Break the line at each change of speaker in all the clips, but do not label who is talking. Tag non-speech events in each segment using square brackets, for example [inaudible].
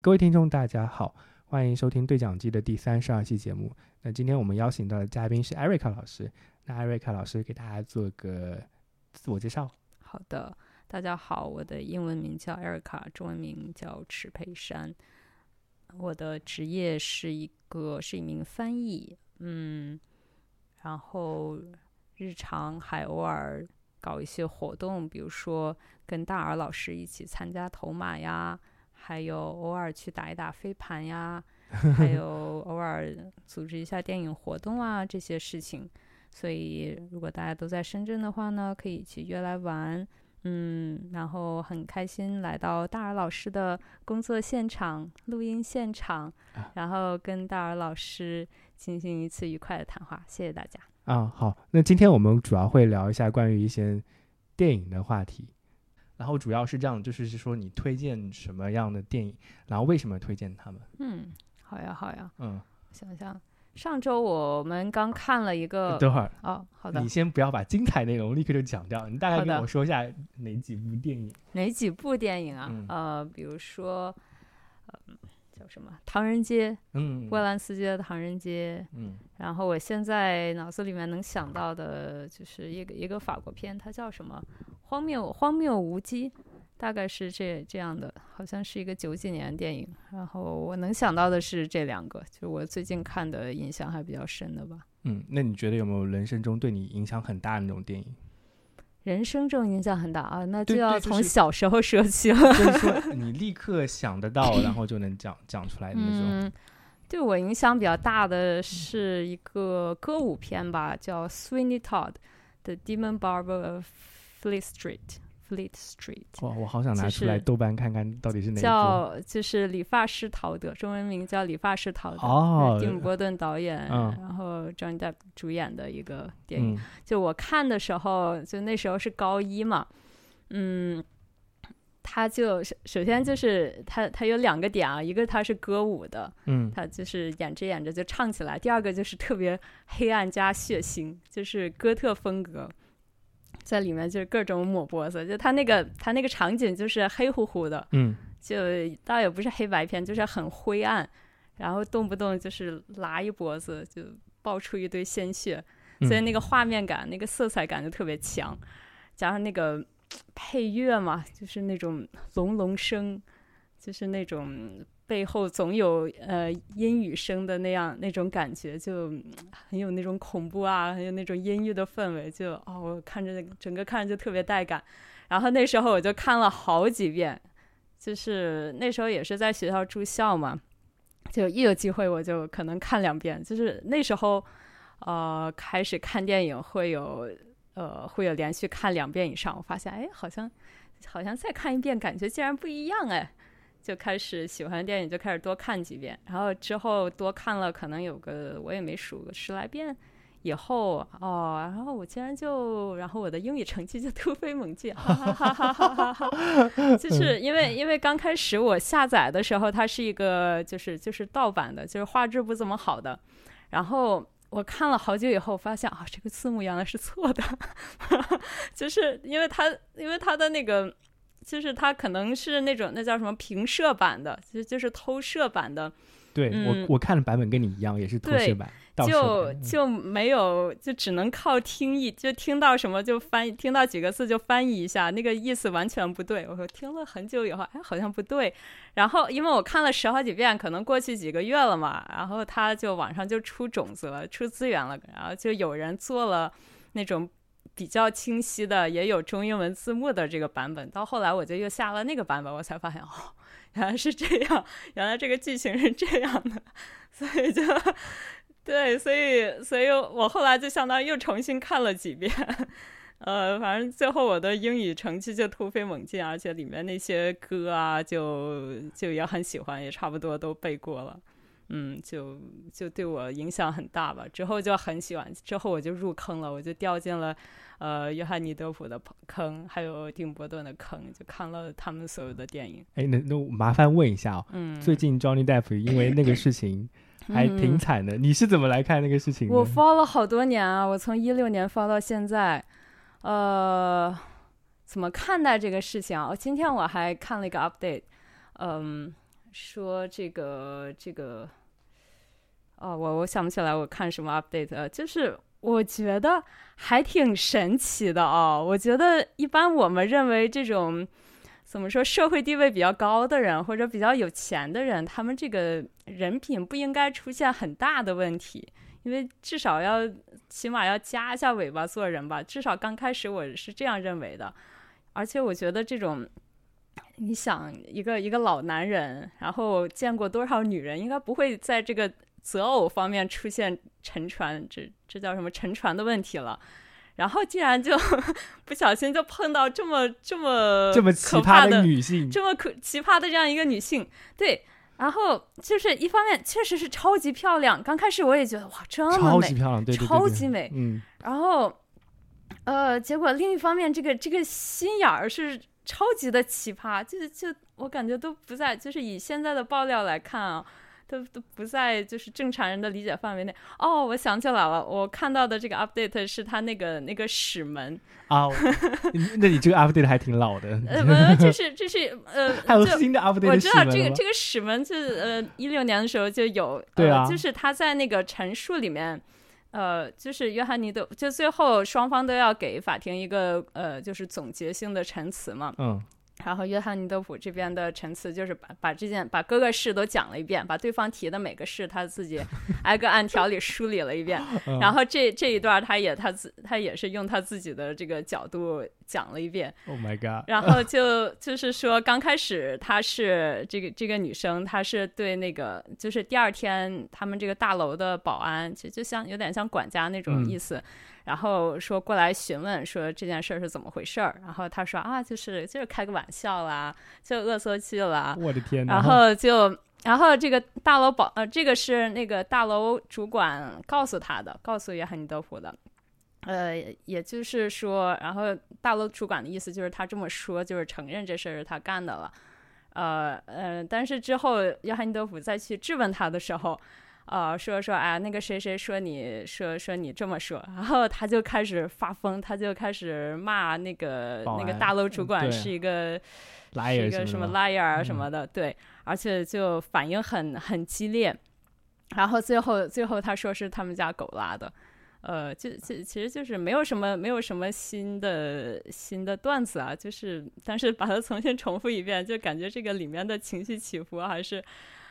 各位听众，大家好，欢迎收听对讲机的第三十二期节目。那今天我们邀请到的嘉宾是艾瑞卡老师。那艾瑞卡老师给大家做个自我介绍。
好的，大家好，我的英文名叫 Erica，中文名叫池佩珊。我的职业是一个是一名翻译，嗯，然后日常还偶尔搞一些活动，比如说跟大耳老师一起参加头马呀，还有偶尔去打一打飞盘呀，还有偶尔组织一下电影活动啊这些事情。所以如果大家都在深圳的话呢，可以一起约来玩。嗯，然后很开心来到大耳老师的工作现场、录音现场，
啊
然后跟大耳老师进行一次愉快的谈话。谢谢大家。
啊、好，那今天我们主要会聊一下关于一些电影的话题，然后主要是这样，就是是说你推荐什么样的电影，然后为什么推荐他们？
嗯，好呀，好呀。
嗯，
想想上周我们刚看了一个
等会儿
哦，好的
你，先不要把精彩内容立刻就讲掉，你大概
好
跟
的
我说一下哪几部电影？
哪几部电影啊？
嗯
呃，比如说，呃，叫什么《唐人街》，
嗯
波兰斯基的《唐人街》。
嗯
然后我现在脑子里面能想到的就是一个一个法国片，它叫什么？荒谬荒谬无稽，大概是这这样的，好像是一个九几年的电影。然后我能想到的是这两个，就是我最近看的印象还比较深的吧。
嗯，那你觉得有没有人生中对你影响很大的那种电
[laughs]
影？
人生这种影响很大啊，那
对
就要
对就
从
是
小时候说起了。
就是说你立刻想得到，然后就能讲讲出来的那种。
嗯，对我影响比较大的是一个歌舞片吧，叫《Sweeney Todd》的《Demon Barber of Fleet Street》Fleet Street。
哇，我好想拿
就是
出来豆瓣看看到底是哪一部。
叫就是理发师陶德，中文名叫理发师陶德，
哦
是蒂姆·伯顿导演，
嗯
然后 Johnny Depp 主演的一个电影。
嗯
就我看的时候，就那时候是高一嘛，嗯，他就首首先就是他他有两个点啊，一个他是歌舞的，
嗯
他就是演着演着就唱起来。第二个就是特别黑暗加血腥，就是哥特风格，在里面就是各种抹脖子，就他那个他那个场景就是黑乎乎的，
嗯
就倒也不是黑白片，就是很灰暗，然后动不动就是拉一脖子就爆出一堆鲜血，
嗯
所以那个画面感、那个色彩感就特别强，加上那个嘖配乐嘛，就是那种隆隆声，就是那种背后总有呃阴雨声的那样那种感觉，就嗯很有那种恐怖啊，很有那种阴郁的氛围，就哦，我看着整个看着就特别带感。然后那时候我就看了好几遍，就是那时候也是在学校住校嘛，就一有机会我就可能看两遍。就是那时候，呃，开始看电影会有呃会有连续看两遍以上，我发现哎，好像好像再看一遍感觉竟然不一样哎，就开始喜欢电影就开始多看几遍，然后之后多看了可能有个我也没数个十来遍。以后哦，然后我竟然就，然后我的英语成绩就突飞猛进，哈哈哈哈哈哈哈哈！就是因为因为刚开始我下载的时候，它是一个就是就是盗版的，就是画质不怎么好的，然后。我看了好久以后，发现啊，这个字幕原来是错的， [laughs] 就是因为它，因为它的那个，就是它可能是那种那叫什么平射版的，就就是偷射版的，
对
嗯
我我看的版本跟你一样，也是偷
对
窃版，盗窃
就
版。嗯
就没有，就只能靠听译，就听到什么就翻译，听到几个字就翻译一下，那个意思完全不对。我说听了很久以后，哎，好像不对。然后因为我看了十好几遍，可能过去几个月了嘛，然后他就网上就出种子了，出资源了，然后就有人做了那种。比较清晰的，也有中英文字幕的这个版本。到后来我就又下了那个版本，我才发现哦，原来是这样，原来这个剧情是这样的， [laughs] 所以就对，所以所以我后来就相当于又重新看了几遍，呃，反正最后我的英语成绩就突飞猛进，而且里面那些歌啊，就就也很喜欢，也差不多都背过了。嗯，就就对我影响很大吧。之后就很喜欢，之后我就入坑了，我就掉进了呃约翰尼·德普的坑，还有丁伯顿的坑，就看了他们所有的电影。
哎，那那我麻烦问一下哦，
嗯，
最近 Johnny Depp 因为那个事情还挺
嗯
惨的，你是怎么来看那个事情的？
我 follow 了好多年啊，我从一六年 follow 到现在，呃，怎么看待这个事情啊？哦今天我还看了一个 update，嗯，说这个这个，哦，我我想不起来我看什么 update，了就是我觉得还挺神奇的哦。我觉得一般我们认为这种怎么说社会地位比较高的人或者比较有钱的人，他们这个人品不应该出现很大的问题。因为至少要，起码要夹一下尾巴做人吧。至少刚开始我是这样认为的，而且我觉得这种你想一个一个老男人，然后见过多少女人，应该不会在这个择偶方面出现沉船，这这叫什么沉船的问题了。然后竟然就 [laughs] 不小心就碰到这么这么
这么奇
可怕
葩
的
的女性，
这么可奇葩的这样一个女性，对。然后就是一方面确实是超级漂亮，刚开始我也觉得哇这么
超级
美，
漂亮，对对对对，
超级美。
嗯，
然后，呃，结果另一方面，这个这个心眼儿是超级的奇葩，就是就我感觉都不在，就是以现在的爆料来看啊，都都不在就是正常人的理解范围内。哦，我想起来了，我看到的这个 update 是他那个那个屎门，
啊，我 [laughs] 你那你这个 update 还挺老
[laughs]
的，
呃，不，这是这是呃，
[laughs] 还有
就
新的 update
我
的
知
新
道
闻
这
了
个
吗
这个史门就是呃一六年的时候就有，
对啊
呃，就是他在那个陈述里面，呃，就是约翰尼的，就最后双方都要给法庭一个呃就是总结性的陈词嘛，
嗯，
然后约翰尼德普这边的陈词就是把把这件把各个事都讲了一遍，把对方提的每个事他
[laughs]
自己挨个按条理梳理了一遍，
嗯
然后这这一段他也他自他也是用他自己的这个角度讲了一遍，
Oh my god！
然后就就是说，刚开始她是这个这个女生，她是对那个就是第二天他们这个大楼的保安，就就像有点像管家那种
嗯
意思，然后说过来询问说这件事儿是怎么回事儿，然后她说啊，就是就是开个玩笑啦，就恶作剧啦，
我的天哪！
然后就然后这个大楼保呃，这个是那个大楼主管告诉他的，告诉约翰尼德普的。呃，也就是说，然后大楼主管的意思就是他这么说，就是承认这事儿是他干的了。呃呃，但是之后约翰尼德普再去质问他的时候，呃，说说哎，那个谁谁说你说说你这么说，然后他就开始发疯，他就开始骂那个
保
那个
安嗯
大楼主管
对
是一个
来
是一个什么 liar 啊
嗯
什么的，对，而且就反应很很激烈，然后最后最后他说是他们家狗拉的，呃，就就其实就是没有什么没有什么新的新的段子啊，就是但是把它重新重复一遍，就感觉这个里面的情绪起伏还是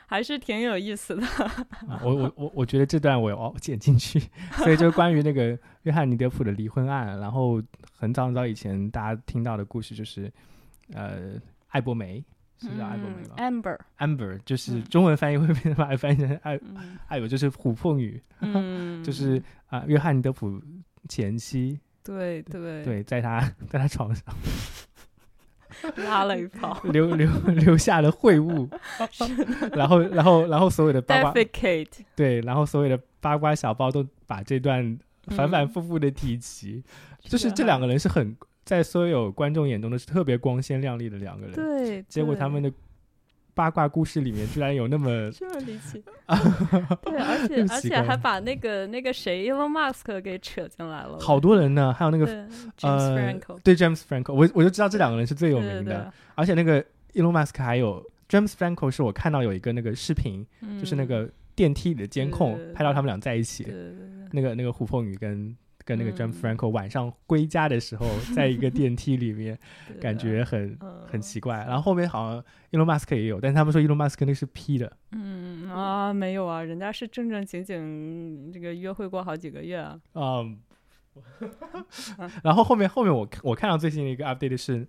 还是挺有意思的，
啊我我我我觉得这段我要剪进去，所以就是关于那个约翰尼德普的离婚案，然后很早很早以前大家听到的故事就是，呃，艾伯梅是叫艾伯梅吧、
嗯，amber，
a m b e r 就是
嗯
中文翻译会被把它翻译成艾 [laughs]
嗯
艾伯，就是琥珀女，[laughs]
嗯，
就是啊、约翰尼德普前妻，
对对，
对，在他在他床上
拉了一
[laughs]
泡
留留留下了秽
[laughs]
物， [laughs] 然后然后然后所有的八卦
，defecate，
对，然后所有的八卦小报都把这段
嗯
反反复复的提及，就是
啊
这两个人是很在所有观众眼中都是特别光鲜亮丽的两个人，
对，
结果他
对
们的八卦故事里面居然有那么
[laughs] 这么
[laughs]
离奇，对，而且
又
而
奇
且
怪
还
了
把那个那个谁 Elon Musk 给扯进来了，
好多人呢，还有那
对
个
James
呃
Franco，
对 James Franco，我我就知道这两个人是最有
对
名的，
对对，
而且那个 Elon Musk 还有 James Franco 是我看到有一个那个视频，就是那
嗯
个电梯里的监控、
对
拍到他们俩在一起
对，对对
那个那个琥珀女跟跟那个 James
嗯
Franco 晚上归家的
[laughs]
时候，在一个电梯里面，
对
感
的
觉很
嗯
很奇怪。然后后面好像 Elon Musk 也有，但是他们说 Elon Musk 那个是 P 的，
嗯啊没有啊，人家是正正经经这个约会过好几个月啊， [laughs]
嗯。然后后面后面我看我看到最新的一个 update 是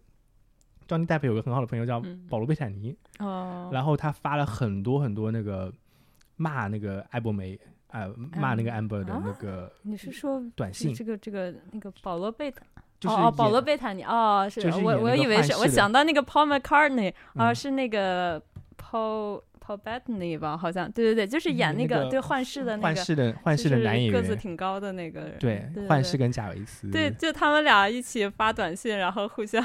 ，Johnny Depp 有个很好的朋友叫
嗯
保罗贝坦尼，
哦，
然后他发了很多很多那个骂那个艾伯梅。呃，骂那个 Amber 的那个
你嗯哦是说
短
这
信，
这个这个那个保罗贝塔，
就是
哦哦保
演
罗贝塔尼哦是
就是
我
演
我
那个
以为
幻
是
视
我
的
想到那个 Paul McCartney 啊
嗯
是那个 Paul Paul Bettany 吧好像对对对就是演
嗯
那
那
个
个
对幻视的那
幻
个
视的幻
就
视的
是
男演
个子
员，
挺高的那个人，
对
对，
幻视跟贾维斯，
对，就他们俩一起发短信，然后互相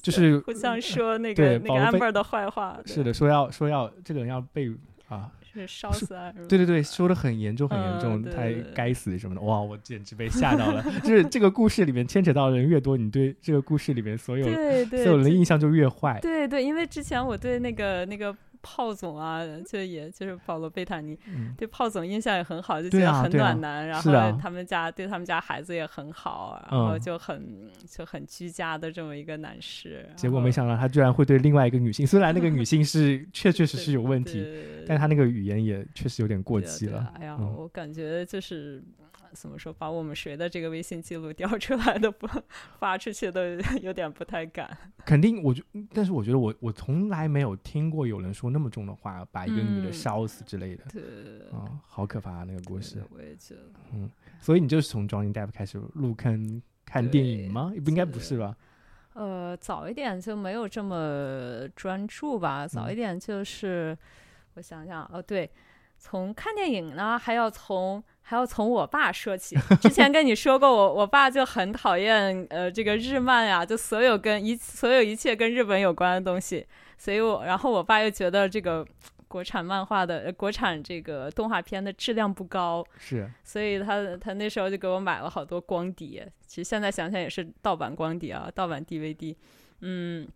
就是
[laughs] 互相说那
对
个那
保
个
罗贝
Amber 的坏话，对
是的，说要说要这个人要被啊，
是烧死 Amber，
对对对，说的很严重很严重，
嗯对
他
对对
该死什么的，哇，我简直被吓到了。就是这个故事里面牵扯到的人越多，你对这个故事里面所有
对
所
对
有人的
对
印象就越坏。
对对，因为之前我对那个那个炮总啊，就也就是保罗贝塔尼
嗯
对炮总印象也很好，就觉
对
得
啊
很
对啊
暖男，然
是
后
啊
他们家、对他们家孩子也很好，然后
嗯
就很、就很居家的这么一个男士。
结果没想到他居然会对另外一个女性，虽然那个女性是确确实实有问
然后
题，
[laughs] 对
但他那个语言也确实有点过
对啊
激
对啊
了。
哎呀，
嗯
我感觉就是怎么说，把我们谁的这个微信记录调 [laughs] 出来的不发出去的，有点不太敢。
肯定，我觉，但是我觉得我我从来没有听过有人说那么重的话，把一个女的
嗯
烧死之类的。
对，
啊、好可怕、啊、那个故事
对，我也觉得。
所以你就是从 Johnny Depp 开始入坑看电影吗？不应该不是吧？
呃，早一点就没有这么专注吧。早一点就是，我想想，哦，对，从看电影呢，还要从还要从我爸说起。之前跟你说过，我我爸就很讨厌呃这个日漫呀、就所有跟一所有一切跟日本有关的东西。所以我，然后我爸又觉得这个国产漫画的、呃国产这个动画片的质量不高， [laughs]
是，
所以他他那时候就给我买了好多光碟，其实现在想想也是盗版光碟啊，盗版 DVD，嗯，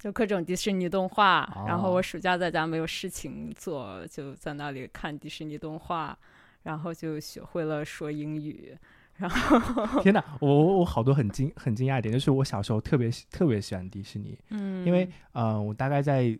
就各种迪士尼动画。
哦
然后我暑假在家没有事情做，就在那里看迪士尼动画，然后就学会了说英语。然后，
天哪，我我我好多很惊很惊讶一点，就是我小时候特别喜特别喜欢迪士尼，
嗯，
因为呃，我大概在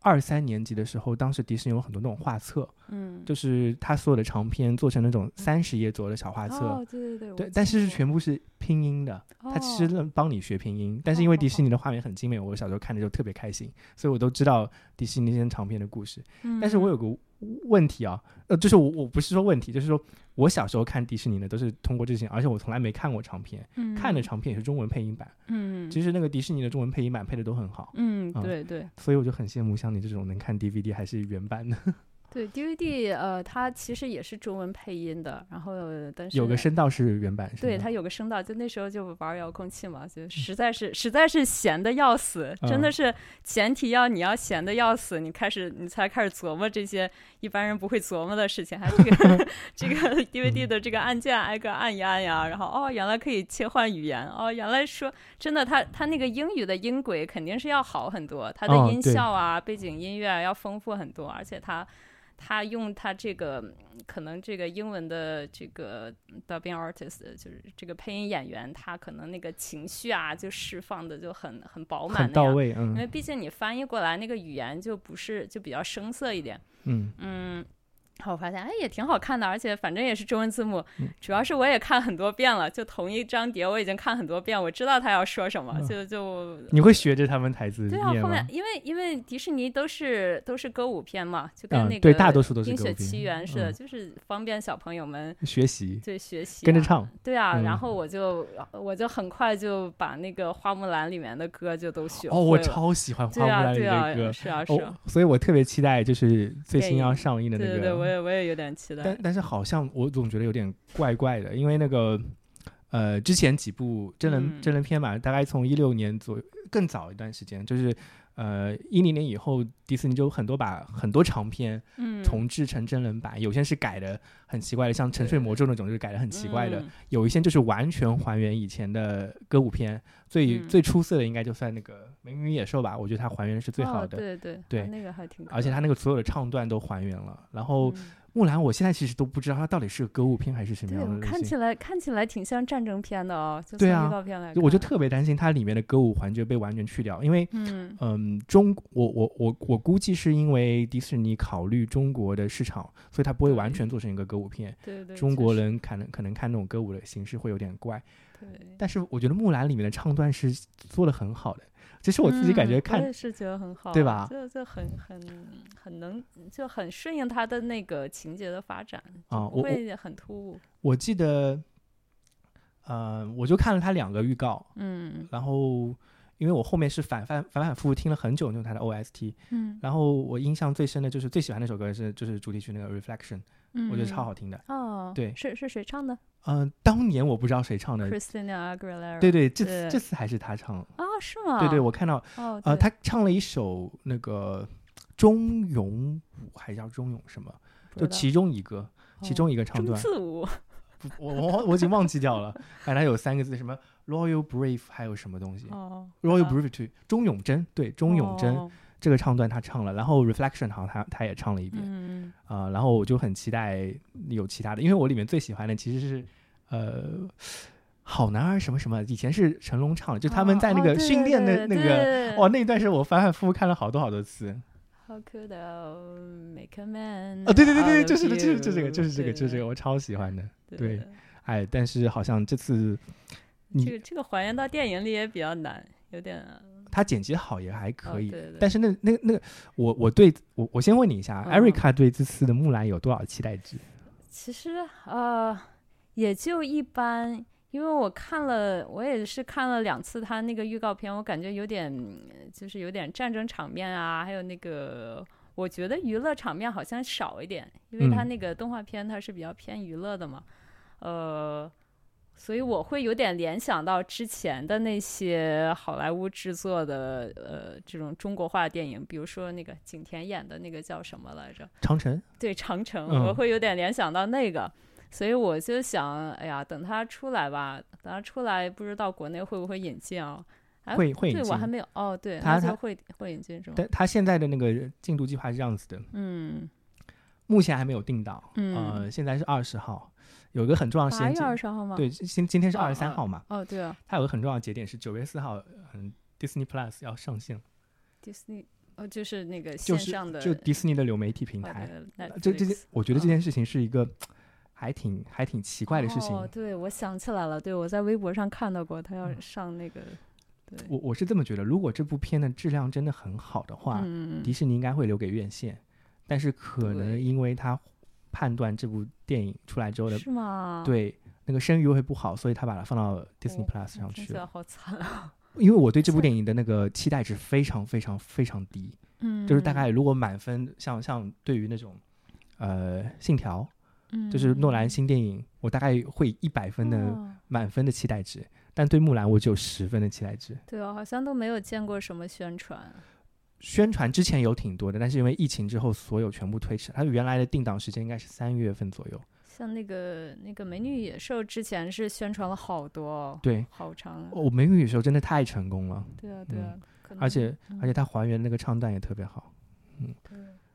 二三年级的时候，当时迪士尼有很多那种画册，
嗯，
就是它所有的长篇做成那种三十页左右的小画册，
哦，对对对，
对
我，
但
见
是是
过，
全部是拼音的，它其实
哦
能帮你学拼音，但是
哦
因为
哦
迪士尼的画面很精美，我小时候看着就特别开心，所以我都知道迪士尼那些长篇的故事。
嗯
但是我有个问题啊，呃，就是我我不是说问题，就是说我小时候看迪士尼呢都是通过这些，而且我从来没看过长片，
嗯
看的，长片也是中文配音版，
嗯
其实那个迪士尼的中文配音版配的都很好，
嗯，
啊
对对。
所以我就很羡慕像你这种能看 DVD 还是原版的，
对 DVD，呃，它其实也是中文配音的，然后呃但是
有个声道是原版，是
对
吗
他有个声道，就那时候就玩遥控器嘛，就实在是实在是闲的要死，真的
嗯
是前提要你要闲的要死，你开始你才开始琢磨这些一般人不会琢磨的事情，还这
[laughs]
个这个
嗯
DVD 的这个按键挨个按一按呀，然后哦原来可以切换语言，哦原来说真的他他那个英语的音轨肯定是要好很多，他的
哦
音
对
效啊、背景音乐啊要丰富很多，而且他。他用他这个可能这个英文的这个 dubbing artist 就是这个配音演员，他可能那个情绪啊，就释放的就很很饱满哎
很
那
到
样。
位，
因为
嗯
毕竟你翻译过来那个语言就不是就比较生涩一点，
嗯，
嗯，然后我发现哎也挺好看的，而且反正也是中文字幕，
嗯
主要是我也看很多遍了，就同一张碟我已经看很多遍，我知道他要说什么，
嗯
就就
你会学着他们台词
对啊，
念
后面
吗？
因为因为迪士尼都是都是歌舞片嘛，就跟
嗯
那个、
对大多数都是
冰
歌舞
雪
片
奇缘》似的，
嗯
就是方便小朋友们
学习
对学习、
跟着。唱，
对啊，
嗯
然后我就我就很快就把那个《花木兰》里面的歌就都学会
哦，
了。
我超喜欢花
对
木
啊
兰里
对
的
啊
歌，
是啊是
哦
啊，，
所以我特别期待就是最
电
新要
影
上映的那
对
个，
对对，我也我也有点期待
但。但是好像我总觉得有点怪怪的，因为那个呃之前几部真人、
嗯
真人片嘛，大概从一六年左右更早一段时间，就是呃一零年以后，迪士尼就有很多把很多长片
嗯，
重制成真人版，有些是改的很奇怪的，像《沉睡魔咒》那种就是改的很奇怪的，
嗯
有一些就是完全还原以前的歌舞片，最、
嗯
最出色的应该就算那个《美女与野兽》吧，我觉得它还原是最好
哦
的。
对对
对
啊那个还挺可爱的。
而且它那个所有的唱段都还原了，然后
嗯
木兰，我现在其实都不知道它到底是个歌舞片还是什么
对
样
我
的
看
东
起
西。
来看起来挺像战争片的哦，就从
对
预
啊
告片来看，
我就特别担心它里面的歌舞环节被完全去掉，因为
嗯
嗯，中我我我我估计是因为迪士尼考虑中国的市场，所以它不会完全做成一个歌舞片。
对对，
中
确
国
实
人可能可能看那种歌舞的形式会有点怪，
对。
但是我觉得木兰里面的唱段是做的很好的，其实我自己感觉
嗯
看
我也是觉得很好，
对吧
就就很很很能，就很顺应它的那个情节的发展，
啊、
不
我我
会很突兀。
我记得，呃，我就看了它两个预告，
嗯
然后因为我后面是反反反反复复听了很久那种他的 OST，
嗯
然后我印象最深的就是最喜欢那首歌是就是主题曲那个 Reflection，、
嗯，
我觉得超好听的。
哦，
对
是是谁唱的
嗯、当年我不知道谁唱的，
？Christina Aguilera。
对对，这次
对
这次还是他唱。
啊，是吗？
对对，我看到
哦，
呃，
对
他唱了一首那个钟咏舞，还叫钟咏什么？
不
就
知道
其中一个，其中
哦
一个唱
中
段，
字舞，
不我我我已经忘记掉
[laughs]
了，反正有三个字，什么 Royal Brave，还有什么东西、
哦
r o y a l Brave，钟咏真，对，钟咏真。
哦
这个唱段他唱了，然后 Reflection 好像他他也唱了一遍
嗯，
啊、呃然后我就很期待有其他的，因为我里面最喜欢的其实是呃。好男儿什么什么，以前是成龙唱的，就他
哦嗯
们在那个训练的、那个，哦
个
哇，那一段是我反反复复看了好多好多次。
嗯 How could I make a man？
啊，对对对
out
对，
of
就是就是就是这个，
you？
就是这个，
嗯对
就是这个，我超喜欢的。
对
对哎，但是好像这次你
这个这个还原到电影里也比较难，有点哦
他剪辑好也还可以，
哦、对对对
但是那那那个，我我对我我先问你一下、
嗯
e r i c a 对这次的木兰有多少期待值？
其实呃也就一般，因为我看了，我也是看了两次他那个预告片，我感觉有点就是有点战争场面啊，还有那个。我觉得娱乐场面好像少一点，因为他
嗯
那个动画片它是比较偏娱乐的嘛，呃，所以我会有点联想到之前的那些好莱坞制作的呃这种中国化电影，比如说那个景甜演的那个叫什么来着？
长城，
对长城，
嗯
我会有点联想到那个，所以我就想，哎呀，等它出来吧，等它出来，不知道国内会不会引进啊？哎
会会引
对我
进
还没有哦，对，
它
那就
它
会会引进是吗？
但他现在的那个进度计划是这样子的，
嗯
目前还没有定到，
嗯，
呃，现在是二十号，有一个很重要的时
八
间
月二
节，
十号吗？，
对，今今天是
哦
二十三号嘛，
哦对啊
它有个很重要的节点是九月四号，嗯，Disney Plus 要上线了，
，Disney 哦就是那个
就
线
是
上的
就迪士尼的流媒体平
哦
台，
对
这这件
Netflix，
我觉得这
嗯
件事情是一个还挺还挺奇怪的事情。嗯
哦，对，我想起来了，对我在微博上看到过，他要上那个，对，
我我是这么觉得，如果这部片的质量真的很好的话，
嗯，
迪士尼应该会留给院线，但是可能
对
因为他判断这部电影出来之后的
是吗？
对那个声誉会不好，所以他把它放到 Disney
哦
Plus 上
听
去
起来
了。
好惨啊，
因为我对这部电影的那个期待值非常非常非常低，
嗯，
就是大概如果满分，像像对于那种呃《信条》
嗯
就是诺兰新电影，我大概会一百分的
哦
满分的期待值，但对木兰我只有十分的期待值。
对啊，好像都没有见过什么宣传。
宣传之前有挺多的，但是因为疫情之后，所有全部推迟。它原来的定档时间应该是三月份左右。
像那个那个《美女与野兽》之前是宣传了好多哦，
对，
好长啊。
我、美女与野兽真的太成功了，
对啊，对啊，可能
而且、
嗯
而且它还原那个唱段也特别好。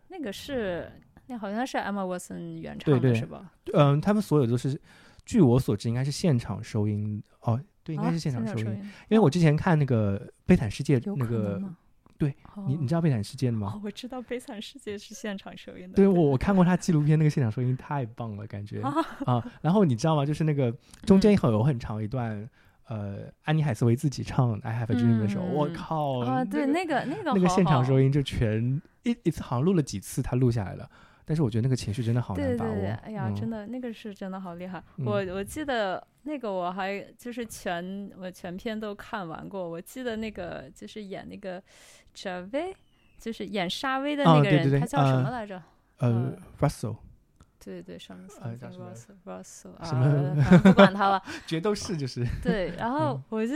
那个是那好像是 Emma Watson 原唱
对
的
对
是吧？
嗯，他们所有都是，据我所知应该是现场收音哦，对，应该
啊
是现场收音。
音，哦
因为我之前看那个《悲惨世界》
有
那
可能
个，
吗？
对
哦，
你你知道《悲惨世界》的吗？
哦，我知道《悲惨世界》是现场收音的。
对我我看过他纪录片，那个现场收音太棒了，感
[laughs]
觉
啊
啊然后你知道吗？就是那
嗯
个中间会有很长一段，呃，安妮海瑟薇自己唱《I Have a Dream》的时候，我
嗯
靠
啊，对，
那
那个那个
那个
好
现场
好
收音就全一一次好像录了几次，他录下来了。但是我觉得那个情绪真的好
对
难把
对
握。嗯
对，哎呀，真
的，
的那个是真的好厉害。
嗯
我我记得那个我还就是全我全篇都看完过。我记得那个就是演那个贾薇，就是演沙薇的
啊
那个
对
人，
对对
他叫什
呃
么来着？
呃，Russell
[laughs] 对对，什么 s
呃
o
叫什
m
么
e t Russell
什么嗯
啊，反正不管
[laughs]
他了。
决斗士就是
对，然后我就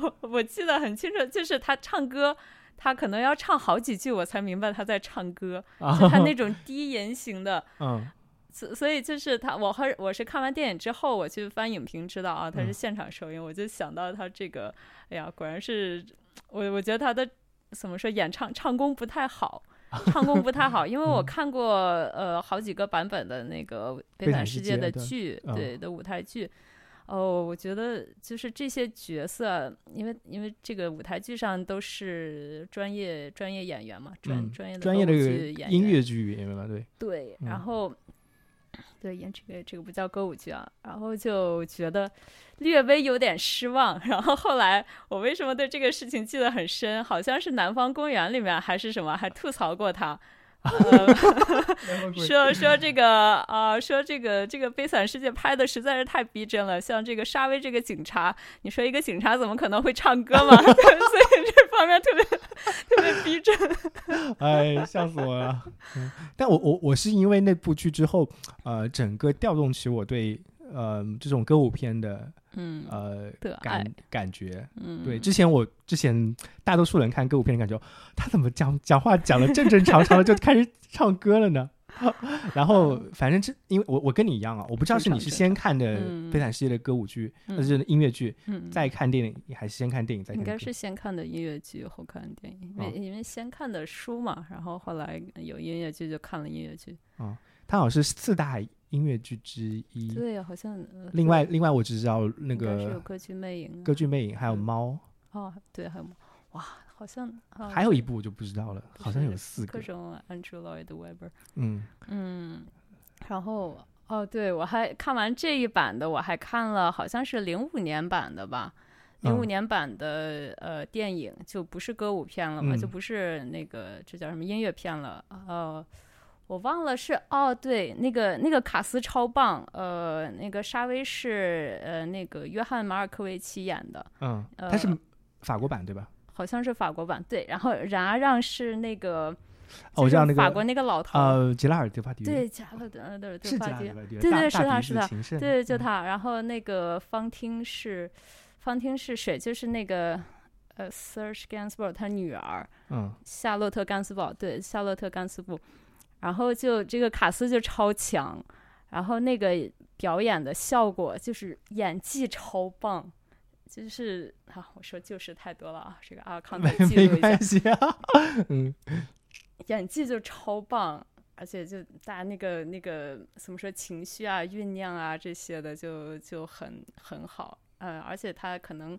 我 [laughs] 我记得很清楚，就是他唱歌。他可能要唱好几句，我才明白他在唱歌，
啊，
就他那种低吟型的，
嗯
所所以就是他，我还我是看完电影之后，我去翻影评知道啊，他是
嗯
现场收音，我就想到他这个，哎呀，果然是我，我觉得他的怎么说，演唱唱功不
[laughs]
太好，唱功不太好，因为我
嗯
看过呃好几个版本的那个《
悲
悲惨
惨
世
世
界》
界
的
对
剧，
嗯
对的舞台剧。哦，我觉得就是这些角色，因为因为这个舞台剧上都是专业专业演员嘛，专、
嗯
专业的
专业
歌
的
舞剧演
音
员
乐剧演员嘛，
[laughs]
对，
对，
嗯
然后、对演这个这个不叫歌舞剧啊，然后就觉得略微有点失望。 [laughs] 然后后来我为什么对这个事情记得很深？好像是《南方公园》里面还是什么，还吐槽过他。呃
啊
[laughs] 说说这个啊、呃说这个这个《悲惨世界》拍的实在是太逼真了，像这个沙威这个警察，你说一个警察怎么可能会唱歌嘛？ [laughs] 对所以这方面特别特别逼真。
哎，笑死我了！嗯但我我我是因为那部剧之后，呃，整个调动起我对呃这种歌舞片的
嗯，
呃
的爱
感，感觉。
嗯，
对，之前我之前大多数人看歌舞片的感觉，他怎么讲讲话讲的正正常常的就开始唱歌了呢？ [laughs] 然后反正这因为我我跟你一样啊，我不知道是你是
嗯非常
先看的
嗯
《悲惨世界》的歌舞剧，
嗯
或者是音乐剧，
嗯，
再看电影，还是先看电影再
应
看
该
电
是
影？
先看的音乐剧，后看电影，因为、
哦
因为先看的书嘛，然后后来有音乐剧就看了音乐剧。
它好像是四大音乐剧之一。
对呀，好像、呃、
另外，另外我只知道那
那是有
个
歌剧魅影、啊，
歌剧《魅影》，还有《
嗯
猫
哦，对，还有哇，好像、啊》，
还有一部我就不知道了，好像有
是
四
各
个。
种 Andrew Lloyd Webber，
嗯，
嗯，然后哦，对我还看完这一版的，我还看了好像是零五年版的吧。零五
嗯
年版的呃电影就不是歌舞片了嘛，就
嗯
不是那个这叫什么音乐片了，呃，我忘了是哦，对，那个那个卡斯超棒，呃，那个沙威是呃那个约翰马尔科维奇演的，
嗯，它是
呃
法国版对吧？
好像是法国版，对，然后冉阿让是那个，
哦我知道
就
那个
是法国那个老头，
呃，杰拉尔·德帕迪，
对，加勒德德德
是杰
帕
拉尔·
迪
德，帕迪，
对
大大
对是他
鼻
是
子
他
情圣
对，就
嗯
他。然后那个方汀是，方汀是谁？就是那个呃，Serge Gainsbourg 他女儿 [laughs]
嗯，
夏洛特·甘斯堡，对，夏洛特·甘斯堡。然后就这个卡斯就超强，然后那个表演的效果就是演技超棒，就是啊，我说就是太多了啊，这个
[laughs]
阿康
没
再记
没
录一下
关，系啊， [laughs] 嗯，
演技就超棒，而且就大家那个那个怎么说情绪啊、酝酿啊这些的就就很很好，嗯，而且他可能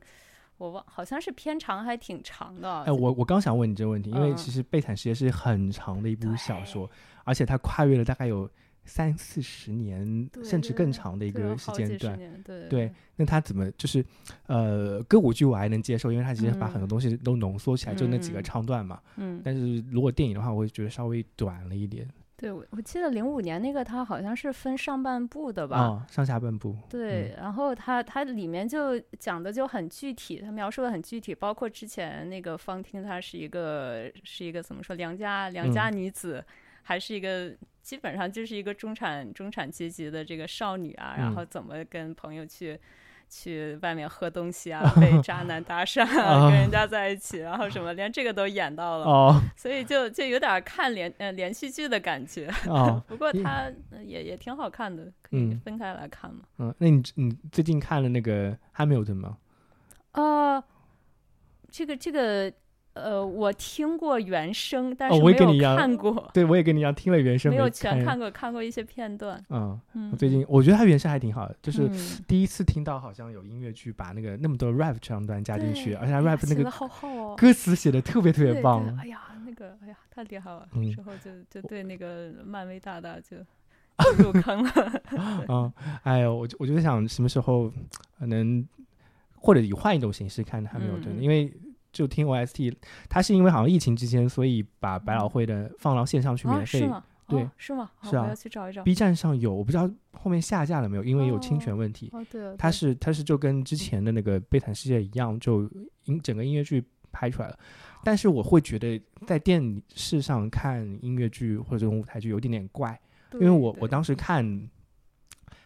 我忘好像是片长还挺长的，
哎，我我刚想问你这个问题，因为
嗯
其实《悲惨世界》是很长的一部小
对
说，而且它跨越了大概有三四十年，
对
甚至
对
更长的一
对
个
有
时
好
间
几十
段。
年对
对，那它怎么就是，呃，歌舞剧我还能接受，因为它其实把很
嗯
多东西都浓缩起来，就那几个
嗯
唱段嘛。
嗯，
但是如果电影的话，我会觉得稍微短了一点
对我我记得零五年那个他好像是分上半部的吧，
哦，上下半部。
对，然后它它里面就讲的就很具体，它描述的很具体，包括之前那个方汀，她是一个是一个怎么说良家良家
嗯
女子，还是一个基本上就是一个中产中产阶级的这个少女啊，然
嗯
后怎么跟朋友去。去外面喝东
[laughs]
西啊，被渣男搭讪、啊，跟人家在一起，然后什么，连这个都演到了，
哦
所以就就有点看连呃连续剧的感觉。
哦，
不过
因为
它呃也也挺好看的，可以
嗯
分开来看嘛。
嗯，那你你最近看了那个《Hamilton》吗？
呃，这个这个，呃，我听过原声，但
哦
是
我也跟你
没
一样
有看过，
对，我也跟你一样听了原声，
没有全
看
看。过，看过一些片段。
嗯，
嗯，
我最近我觉得它原声还挺好的，就
就是
第一次听到好像有音乐剧把那个那么多 rap 唱段加进去，而且
哎
它 rap 那个
好好哦，
歌词写的特别特别
对对
棒。
哎呀，那个哎呀，太厉害了！
嗯
之后就就
我
对那个漫威大大就就入坑了。
嗯，哎呦，我就我就在想什么时候呃能或者以换一种形式看《汉密尔顿》，
嗯嗯
因为就听 OST，它是因为好像疫情期间，所以把百老汇的放到线上 [laughs] 去
嗯啊，
免
是
费。
吗？
对
哦，是吗？哦
是
我
啊
要去找一找。
B 站上有，我不知道后面下架了没有，因为有侵权问题。
哦，对哦，
它
对
是它是就跟之前的那个《悲惨世界》一样，就音整个音乐剧拍出来了。但是我会觉得在电视上看音乐剧或者这种舞台剧有一点点怪，因为
对
我我
对
当时看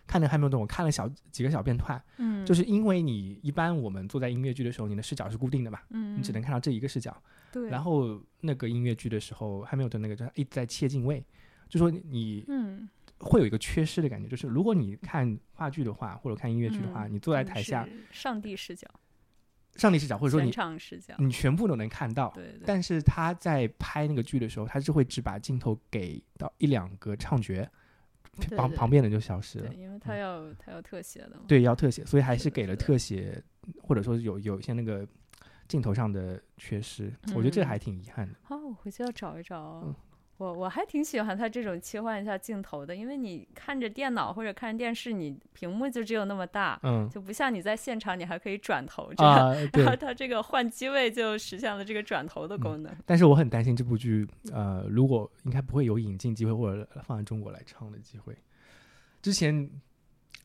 看那个《汉密尔顿》，我看了小几个小片段，
嗯
就是因为你一般我们坐在音乐剧的时候，你的视角是固定的嘛，
嗯，
你只能看到这一个视角。
对，
然后那个音乐剧的时候，《汉密尔顿》那个就一直在切近位，就说你你
嗯，
会有一个缺失的感觉，就是如果你看话剧的话，或者看音乐剧的话，
嗯
你坐在
真
台
是
下，
上帝视角，
上帝视角，或者说
全
你
场视角，
你全部都能看到。
对对。
但是他在拍那个剧的时候，他是会只把镜头给到一两个唱角，
对
旁
对
旁边人就消失了
对，。因为他要他要特写的嘛。
嗯对，要特写，所以还
是
是
的
给了
是的
特写，或者说有有一些那个镜头上的缺失，我觉得这
嗯
还挺遗憾的。
啊，我回去要找一找哦。
嗯
我我还挺喜欢他这种切换一下镜头的，因为你看着电脑或者看着电视，你屏幕就只有那么大，
嗯
就不像你在现场，你还可以转头这样。 [laughs]
啊，
然后
对。嗯
他这个换机位就实现了这个转头的功能。
但是我很担心这部剧，呃，如果应该不会有引进机会，或者放在中国来唱的机会。之前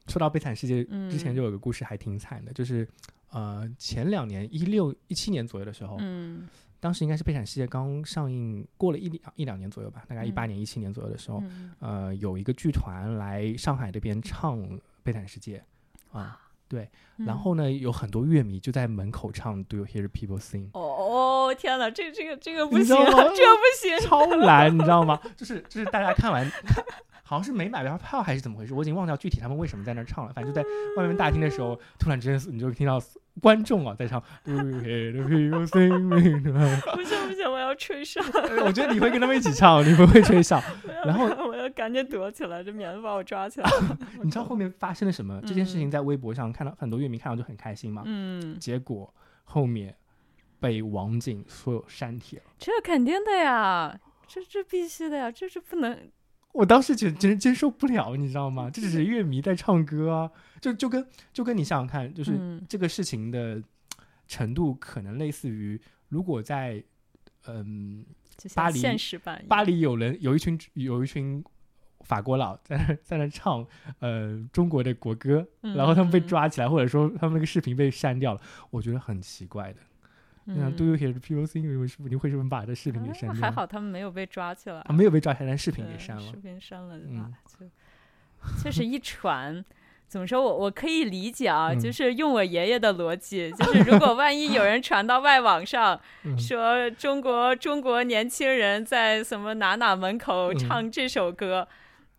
说到《悲惨世界》，之前
嗯
就有个故事还挺惨的，就是呃前两年一六一七年左右的时候，
嗯
当时应该是《悲惨世界》刚上映，过了一两一两年左右吧，大概一八
嗯
年一七年左右的时候，
嗯，
呃，有一个剧团来上海这边唱《悲惨世界》啊，然后呢，有很多乐迷就在门口唱《Do
[laughs]
You Hear People Sing》。
哦，我天哪，这这个这个不
你知
行，
道
这
吗
个不
[laughs]
行，
超难，你知道吗？就是就是大家看完，好像是没买到票还是怎么回事，我已经忘掉具体他们为什么在那儿唱了。反正就在外面大厅的时候，突然之间你就听到观众啊在唱 Do you hear the people sing me？
不行不行，我要吹哨，
呃我觉得你会跟他们一起唱，你不会吹哨。
我要
然后
我要赶紧躲起来，这免得把我抓
[laughs]
起来。
你知道后面发生了什么？这件事情在微博上看到很多乐迷看到就很开心嘛。
嗯，
结果后面被王静所有删帖了。
这肯定的呀，这这必须的呀，这是不能。
我当时觉得真接受不了，你知道吗？这只是乐迷在唱歌啊，就就跟就跟你想想看，就是
嗯
这个事情的程度可能类似于，如果在嗯
就像
巴黎
现实版一样，
巴黎有人有一群有一群法国佬在那在那唱呃中国的国歌，
嗯
然后他们被抓起来，或者说他们那个视频被删掉了，我觉得很奇怪的。那
嗯
Do you hear the people sing？你为什么你为什么把这视频给
啊
删掉？
还好他们没有被抓起来，
啊，没有被抓起来，但视频
对
给删了
视。频删了，对吧
嗯？
就确实一传。怎么说我我可以理解啊，
嗯
就是用我爷爷的逻辑，就是如果万一有人传到外网上，
[laughs] 嗯
说中国中国年轻人在什么哪哪门口
嗯
唱这首歌，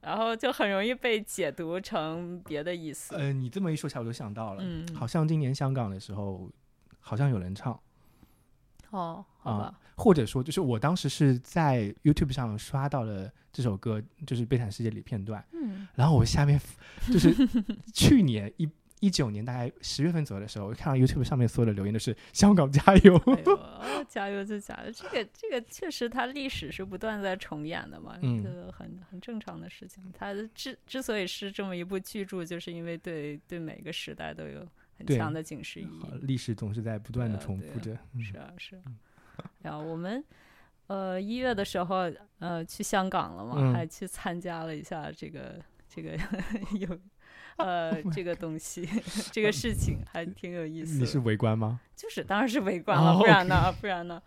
然后就很容易被解读成别的意思。
呃，你这么一说起来，我就想到了，
嗯
好像今年香港的时候，好像有人唱
哦，好
啊 [laughs]
吧，，
或者说就是我当时是在 YouTube 上刷到了这首歌，就是《悲惨世界》里片段，
嗯
然后我下
[laughs]
面就是去年一。一九年大概十月份左右的时候，我看到 YouTube 上面所有的留言都是“香港加油
哎呦，哦加油就加油！这个这个确实，它历史是不断在重演的嘛，
嗯
这个很很正常的事情。它之之所以是这么一部巨著，就是因为对对每个时代都有很
对
强的警示意”，义
好。历史总是在不断的
对啊
重
对
复
啊
着。嗯
是啊，是啊。然后我们呃一月的时候呃去香港了嘛，
嗯
还去参加了一下这个这个 [laughs] 有
[laughs]
呃这个东西 [laughs] 这个事情，还挺有意思
Oh 嗯你
的。
是围观吗？
就是当然是围观了，
哦
不然呢？不然呢？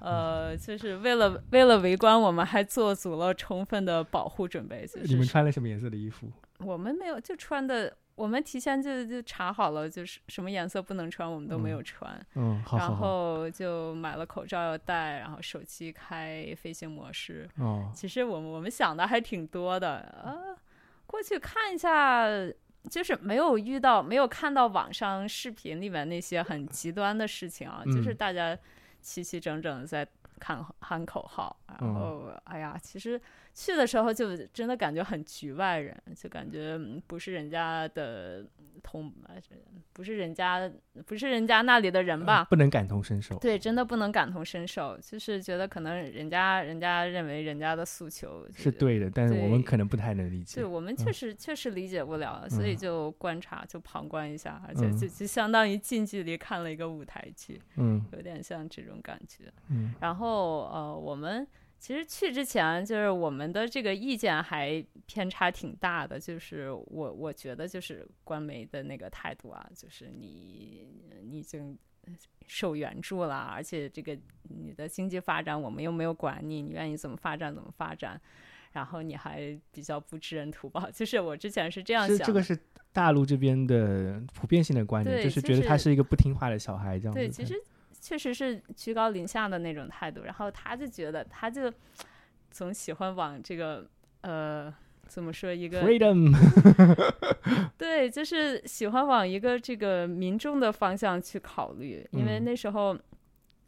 呃，就是为了为了围观，我们还做足了充分的保护准备。就是
呃你们穿了什么颜色的衣服？
我们没有就穿的，我们提前就就查好了，就是什么颜色不能穿，我们都没有穿。
嗯，好好
然
好。
后就买了口罩要戴，然后手机开飞行模式。
哦，
其实我们我们想的还挺多的，
嗯
呃，过去看一下，就是没有遇到，没有看到网上视频里面那些很极端的事情啊，就是
嗯
大家齐齐整整地在喊喊口号，然
嗯
后、哎呀，其实去的时候就真的感觉很局外人，就感觉嗯不是人家的同，呃不是人家不是人家那里的人吧，
不能感同身受。
对，真的不能感同身受，就是觉得可能人家人家认为人家的诉求就是
对嗯的，但是我们
对
可能不太能理
对
解。
我们确实、确实理解不了，所以就观察就旁观一下，而且
嗯
就就相当于近距离看了一个舞台剧，
嗯
有点像这种感觉。
嗯
然后呃，我们其实去之前，就是我们的这个意见还偏差挺大的。就是我我觉得就是官媒的那个态度啊，就是你你已经受援助了，而且这个你的经济发展我们又没有管你，你愿意怎么发展怎么发展。然后你还比较不知恩图报， [laughs] 就是我之前是这样
这
想
这
的，
个是大陆这边的普遍性的观点，
对
就是
就
觉得他
是
是一个不听话的小孩这样子。
对，其实确实是居高临下的那种态度。然后他就觉得，他就总喜欢往这个呃，怎么说一个
freedom 啊
对，就是喜欢往一个这个民众的方向去考虑，因为
嗯
那时候。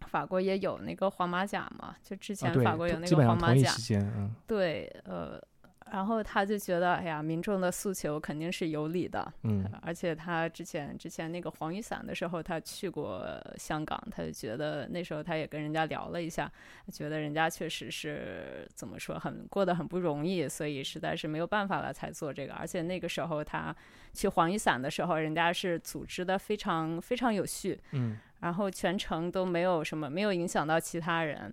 法国也有那个黄马甲嘛，就之
啊，
前
对
法国有，那
基
个
本上
黄马
同一
甲，
时间，嗯
对，呃，然后他就觉得，哎呀，民众的诉求肯定是有理的，
嗯
而且他之前之前那个黄雨伞的时候，他去过呃香港，他就觉得那时候他也跟人家聊了一下，觉得人家确实是怎么说很过得很不容易，所以实在是没有办法了才做这个。而且那个时候他去黄雨伞的时候，人家是组织的非常非常有序，
嗯，
然后全程都没有什么没有影响到其他人。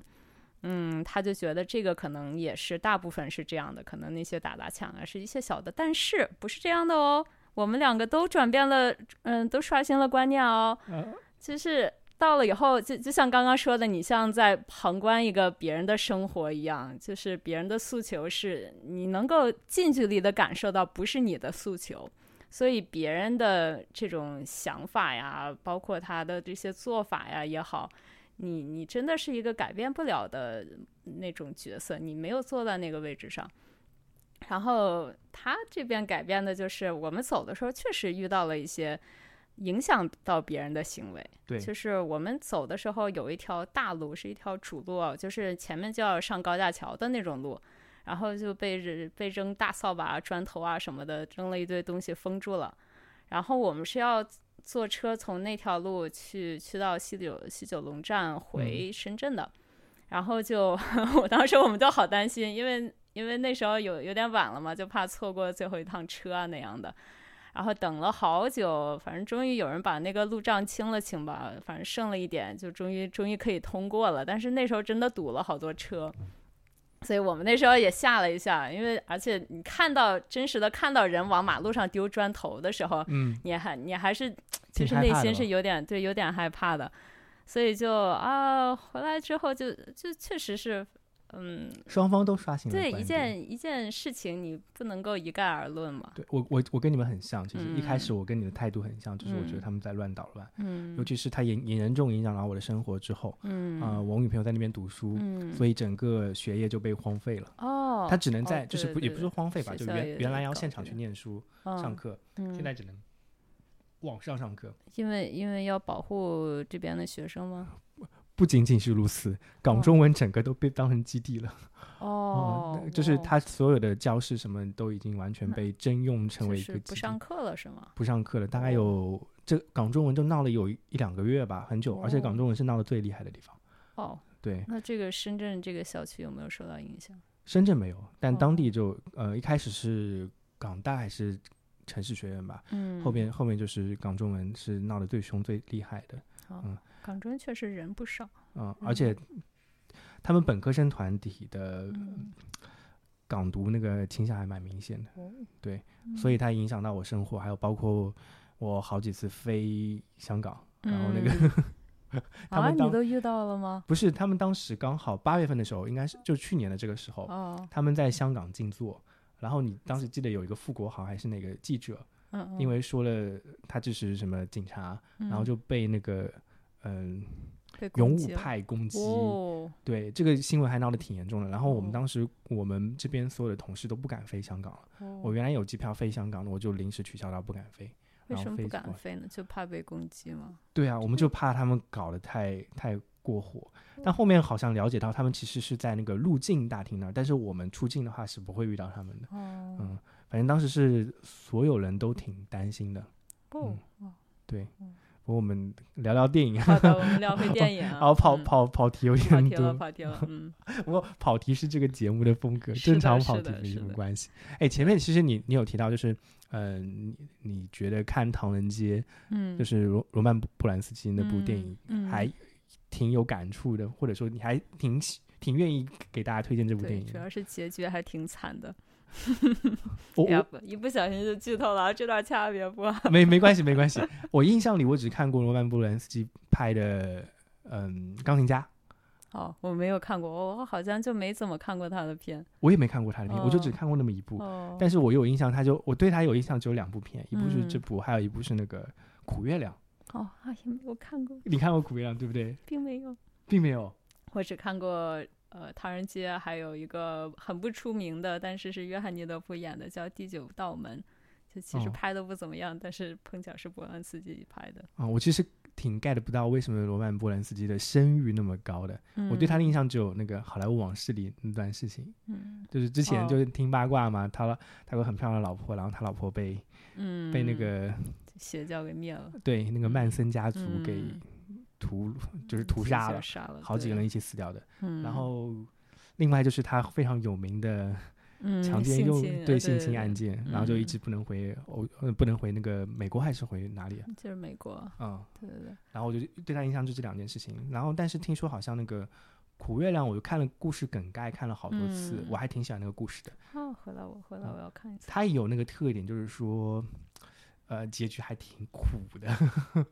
嗯，他就觉得这个可能也是大部分是这样的，可能那些打砸抢啊是一些小的，但是不是这样的哦。我们两个都转变了，嗯，都刷新了观念哦。
呃
就是到了以后，就就像刚刚说的，你像在旁观一个别人的生活一样，就是别人的诉求是你能够近距离的感受到，不是你的诉求。所以别人的这种想法呀，包括他的这些做法呀也好，你你真的是一个改变不了的那种角色，你没有坐在那个位置上。然后他这边改变的就是，我们走的时候确实遇到了一些影响到别人的行为。
对
就是我们走的时候有一条大路，是一条主路啊，就是前面就要上高架桥的那种路，然后就被人被扔大扫把、砖头啊什么的，扔了一堆东西封住了。然后我们是要坐车从那条路去去到西九西九龙站回深圳的，然后就 [laughs] 我当时我们都好担心，因为因为那时候有有点晚了嘛，就怕错过最后一趟车啊那样的。然后等了好久，反正终于有人把那个路障清了清吧，反正剩了一点，就终于终于可以通过了。但是那时候真的堵了好多车，所以我们那时候也吓了一下，因为而且你看到真实的看到人往马路上丢砖头的时候，
嗯，
你还你还是
挺
就是
害
内
怕的
心
吧
是有点对有点害怕的，所以就啊回来之后就就确实是嗯
双方都刷新了
对
关
一
注
件一件事情你不能够一概而论嘛，
对我我我跟你们很像，就是一开
嗯
始我跟你的态度很像，就是我觉得
嗯
他们在乱捣乱，尤
嗯
其是他严严重影响到我的生活之后，
嗯
啊、我女朋友在那边读书，
嗯
所以整个学业就被荒废了。
哦，
她只能
哦
在，就是
对
不
对
也不是说荒废吧，
学
就
校也
原原来
得
要
搞
现
这
场去
个
念书、上
嗯
课，
嗯
现在只能网上上课。
因为因为要保护这边的学生吗？
不仅仅是如此，港
哦
中文整个都被当成基地了。
哦
那，就是
哇
它所有的教室什么都已经完全
那
被征用
就
成为一
是
个基
不上
地，
课了是吗？
不上课了。大概
哦
有这港中文就闹了有一一两个月吧，很久，而且港
哦
中文是闹得最厉害的地方。
哦，
对，
那这个深圳这个校区有没有受到影响？
深圳没有，但当
哦
地就、呃一开始是港大还是城市学院吧，
嗯，
后边后面就是港中文是闹得最凶最厉害的，
港中确实人不少。
嗯，而且他们本科生团体的
嗯
港独那个倾向还蛮明显的，
哦
对，所以它影响到我生活，还有包括我好几次飞香港，然后那个、 [laughs] 他
嗯啊，
们当
你都遇到了吗？
不是他们当时刚好八月份的时候，应该是就去年的这个时候，
哦，
他们在香港静坐，然后你当时记得有一个富国豪还是哪个记者，
嗯嗯，
因为说了他支持什么警察，然后
嗯
就被那个嗯、
被
勇
攻
武
击了
派攻击。
哦，
对，这个新闻还闹得挺严重的。然后我们
哦
当时，我们这边所有的同事都不敢飞香港了。我
我
原来有机票飞香港的，我就临时取消到不敢飞。
为
然后
什么
飞
不
机过
敢
来
飞呢？就怕被攻击吗？
对啊，我
嗯
们就怕他们搞得太太过火。但后面好像了解到，他们其实是在那个入境大厅那儿，但是我们出境的话是不会遇到他们的。
哦
嗯，反正当时是所有人都挺担心的。
哦，
对
嗯，
不过我们聊聊电影啊，
好的，我们聊回电影啊。
[laughs] 然后跑
嗯
跑跑题有
跑
点
题了，
多。
跑题
[laughs]
了，嗯，
不过跑题是这个节目的风格，
是的
正常跑
是
题
的
没
是
什么
的
关系。哎，前面其实你你有提到，就是呃，你你觉得看《唐人街》
嗯，
就是是罗罗曼·布兰斯基那部电影，
嗯嗯
还挺有感触的，或者说你还挺喜挺愿意给大家推荐这部电
对，
影
主
的。
要是结局还挺惨的。
我
要
我
不一不小心就剧透了啊，这段千万别播。 [laughs]
没没关系没关系，我印象里我只看过罗曼·布兰斯基拍的嗯《钢琴家》，
哦，我没有看过，我我好像就没怎么看过他的片。
我也没看过他的片，我就只
哦
看过那么一部。
哦，
但是我有印象，他就我对他有印象只有两部片，一部是这
嗯
部，还有一部是那个《苦月亮》。
哦，哎呀，没有看过，
你看过《苦月亮》对不对？
并没有。
并没有。
我只看过呃《唐人街》，还有一个很不出名的，但是是约翰尼德普演的，叫《第九道门》，就其实
哦
拍的不怎么样，但是碰巧是伯恩斯基拍的。
啊、我其实挺 get 不到为什么罗曼·波兰斯基的声誉那么高的。我对他的印象只有那个《好莱坞往事》里那段事情，
嗯，
就是之前
哦
就是听八卦嘛，他了他有个很漂亮的老婆，然后他老婆被
嗯
被那个
邪教给灭了，
对那个曼森家族
嗯
给
嗯
屠就是嗯屠杀了
邪教，杀了
好几个
对
人一起死掉的。
嗯
然后另外就是他非常有名的
嗯
强奸
性
用
侵
对
呃
性
对
侵案，件，然后就一直不能回欧，呃不能回那个美国还是回哪里啊？
对就是美国，
嗯，
对
[laughs]
对对，
然后我就对他印象就这两件事情。然后但是听说好像那个苦月亮，我就看了故事梗概，看了好多次，
嗯
我还挺喜欢那个故事的。
哦，回来我回来
嗯
我要看一次，
它有那个特点，就是说，呃，结局还挺苦的。 [laughs]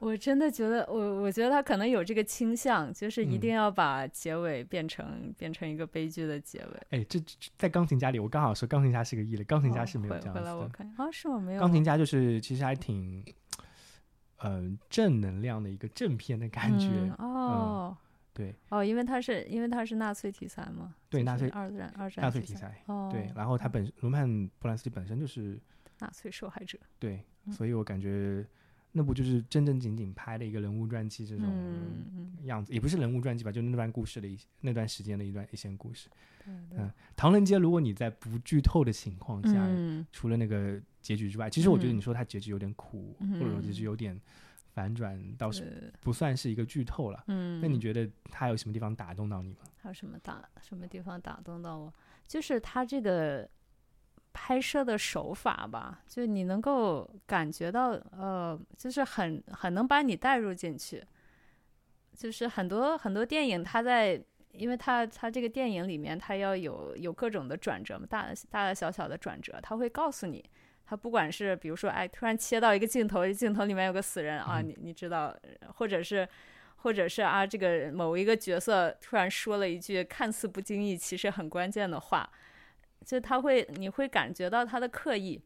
我真的觉得，我我觉得他可能有这个倾向，就是一
嗯
定要把结尾变成、变成一个悲剧的结尾。
哎，这这在钢琴家里，我刚好说钢琴家是个异类，钢琴家
哦
是没有
回
这样
回
子
来我
的。
看啊，是吗？没有
钢琴
吗
家就是其实还挺，呃正能量的一个正片的感觉。
嗯哦
对
哦，因为它是因为它是纳粹题材嘛，
对
就是
纳粹
二战二战
纳粹题
题
材，
哦，
对，然后他本罗曼·波兰斯基本身就是
纳粹受害者，
对，
嗯
所以我感觉那部就是正正经经拍的一个人物传记这种
嗯嗯，
样子，也不是人物传记吧，就那段故事的一些那段时间的一段一线故事。
嗯对
嗯
对，
唐人街，如果你在不剧透的情况下，
嗯
除了那个结局之外，其实我觉得
嗯
你说它结局有点苦，或者说结局
嗯
有点反转，倒是
是
不算是一个剧透了。
嗯，
那你觉得它有什么地方打动到你吗？
还有什么打什么地方打动到我？就是他这个拍摄的手法吧，就你能够感觉到，呃，就是很很能把你带入进去。就是很多很多电影，它在，因为它它这个电影里面，它要有有各种的转折嘛，大大大小小的转折，它会告诉你。它不管是比如说，哎，突然切到一个镜头，这镜头里面有个死人啊，
嗯
你你知道，或者是或者是啊，这个某一个角色突然说了一句看似不经意，其实很关键的话，就他会，你会感觉到他的刻意。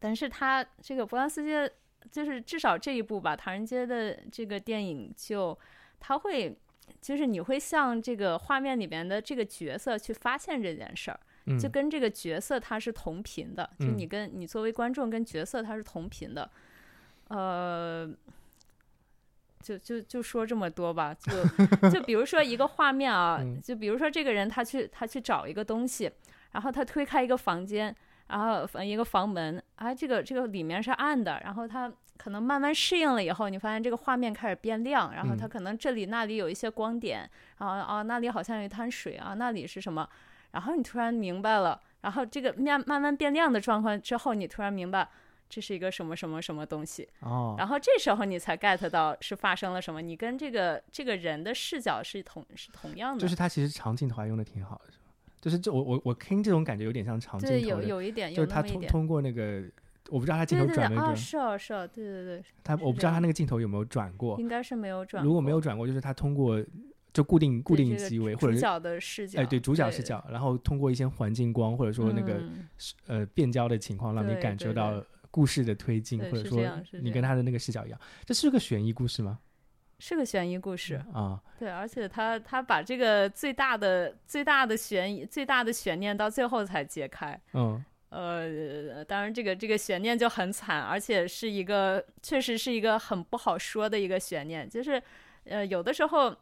但是他这个波兰斯基，就是至少这一部吧，《唐人街》的这个电影就，他会，就是你会向这个画面里面的这个角色去发现这件事儿。
嗯，
就跟这个角色他是同频的，就
嗯
你跟你作为观众跟角色他是同频的，呃，就就就说这么多吧，就就比如说一个画面啊
[laughs] 嗯，
就比如说这个人他去他去找一个东西，然后他推开一个房间，然后房一个房门，啊，这个这个里面是暗的，然后他可能慢慢适应了以后，你发现这个画面开始变亮，然后他
嗯
可能这里那里有一些光点，然后啊那里好像有一滩水啊，那里是什么？然后你突然明白了，然后这个面慢慢变亮的状况之后，你突然明白这是一个什么什么什么东西，
哦，
然后这时候你才 get 到是发生了什么，你跟这个这个人的视角是同是同样的，
就是它其实长镜头还用的挺好的，是吧？就是这我我我听这种感觉有点像长镜
对
头
有
的，
有一点
就
有
是他
那么一
通
点，
通过那个，我不知道他镜
对
头
对对
转没
啊
转，
是哦是哦，对对对，
他
是
我不
这
知道他
样
那个镜头有没有转过。
应该是没有转过，
如果没有转过，就是他通过就固定固
对
定
这个
机位，或
主
者是
角的视角，
哎对主角
对
视，角，然后通过一些环境光或者说那个
嗯
是呃变焦的情况，让你
对
感
对
受
对
到故事的推进，
对
或者
是这
说
样是
你
这
跟他的那个视角一样。这是个悬疑故事吗？
是个悬疑故事，
啊，
对，而且他他把这个最大的最大的悬疑最大的悬念到最后才揭开。
嗯
呃，当然，这个这个悬念就很惨，而且是一个确实是一个很不好说的一个悬念。就是，呃，有的时候，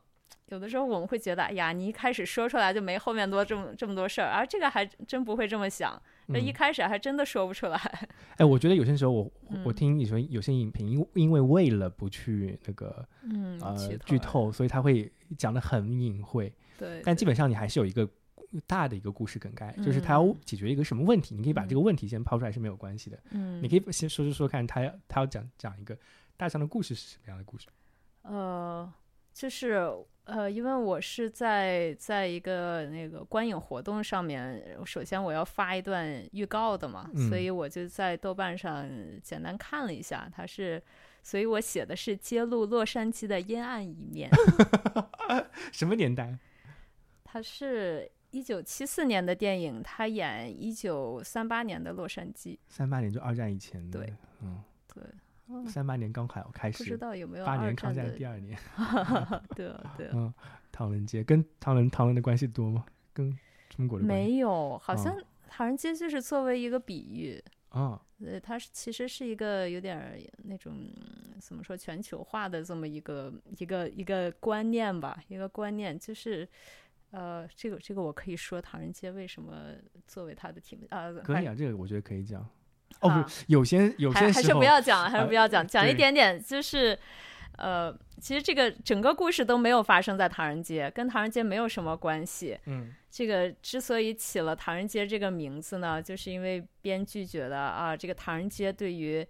有的时候我们会觉得，哎呀，你一开始说出来就没后面多这么这么多事儿，而这个还真不会这么想，这呃
嗯，
一开始还真的说不出来。
哎，我觉得有些时候我我
嗯
听你说有些影评，因为因为为了不去那个
嗯
呃剧，透，所以他会讲的很隐晦，
对，
但
对
基本上你还是有一个。大的一个故事梗概，就是他要
嗯
解决一个什么问题，你可以把这
嗯
个问题先抛出来是没有关系的。
嗯，
你可以先说说说看他，要他要讲讲一个大象的故事是什么样的故事？
呃，就是呃，因为我是在在一个那个观影活动上面，首先我要发一段预告的嘛，所
嗯
以我就在豆瓣上简单看了一下，它是，所以我写的是揭露洛杉矶的阴暗一
[laughs]
面，
什么年代？啊
它是。一九七四年的电影，他演一九三八年的洛杉矶，
三八年就二战以前的，
对
嗯，
对，
三八年刚好开
不知
始，
道有没有
八
二
年抗
战的
战，第二年，
对啊对啊，
嗯，唐人街跟唐人唐人的关系多吗？跟中国的关系？
没有，好
嗯
像唐人街就是作为一个比喻，
啊，
呃，它是其实是一个有点儿那种嗯怎么说全球化的这么一个一个一个观念吧，一个观念就是，呃，这个这个我可以说唐人街为什么作为它的题目啊，
可
反
以
正
啊，这个我觉得可以讲。哦，
啊
不，有些有
还
些
还
时
是
候
不，要讲，还是
呃
不要讲，讲一
对
点点就是，呃，其实这个整个故事都没有发生在唐人街，跟唐人街没有什么关系，
嗯
这个之所以起了唐人街这个名字呢，就是因为编剧觉得啊，这个唐人街对于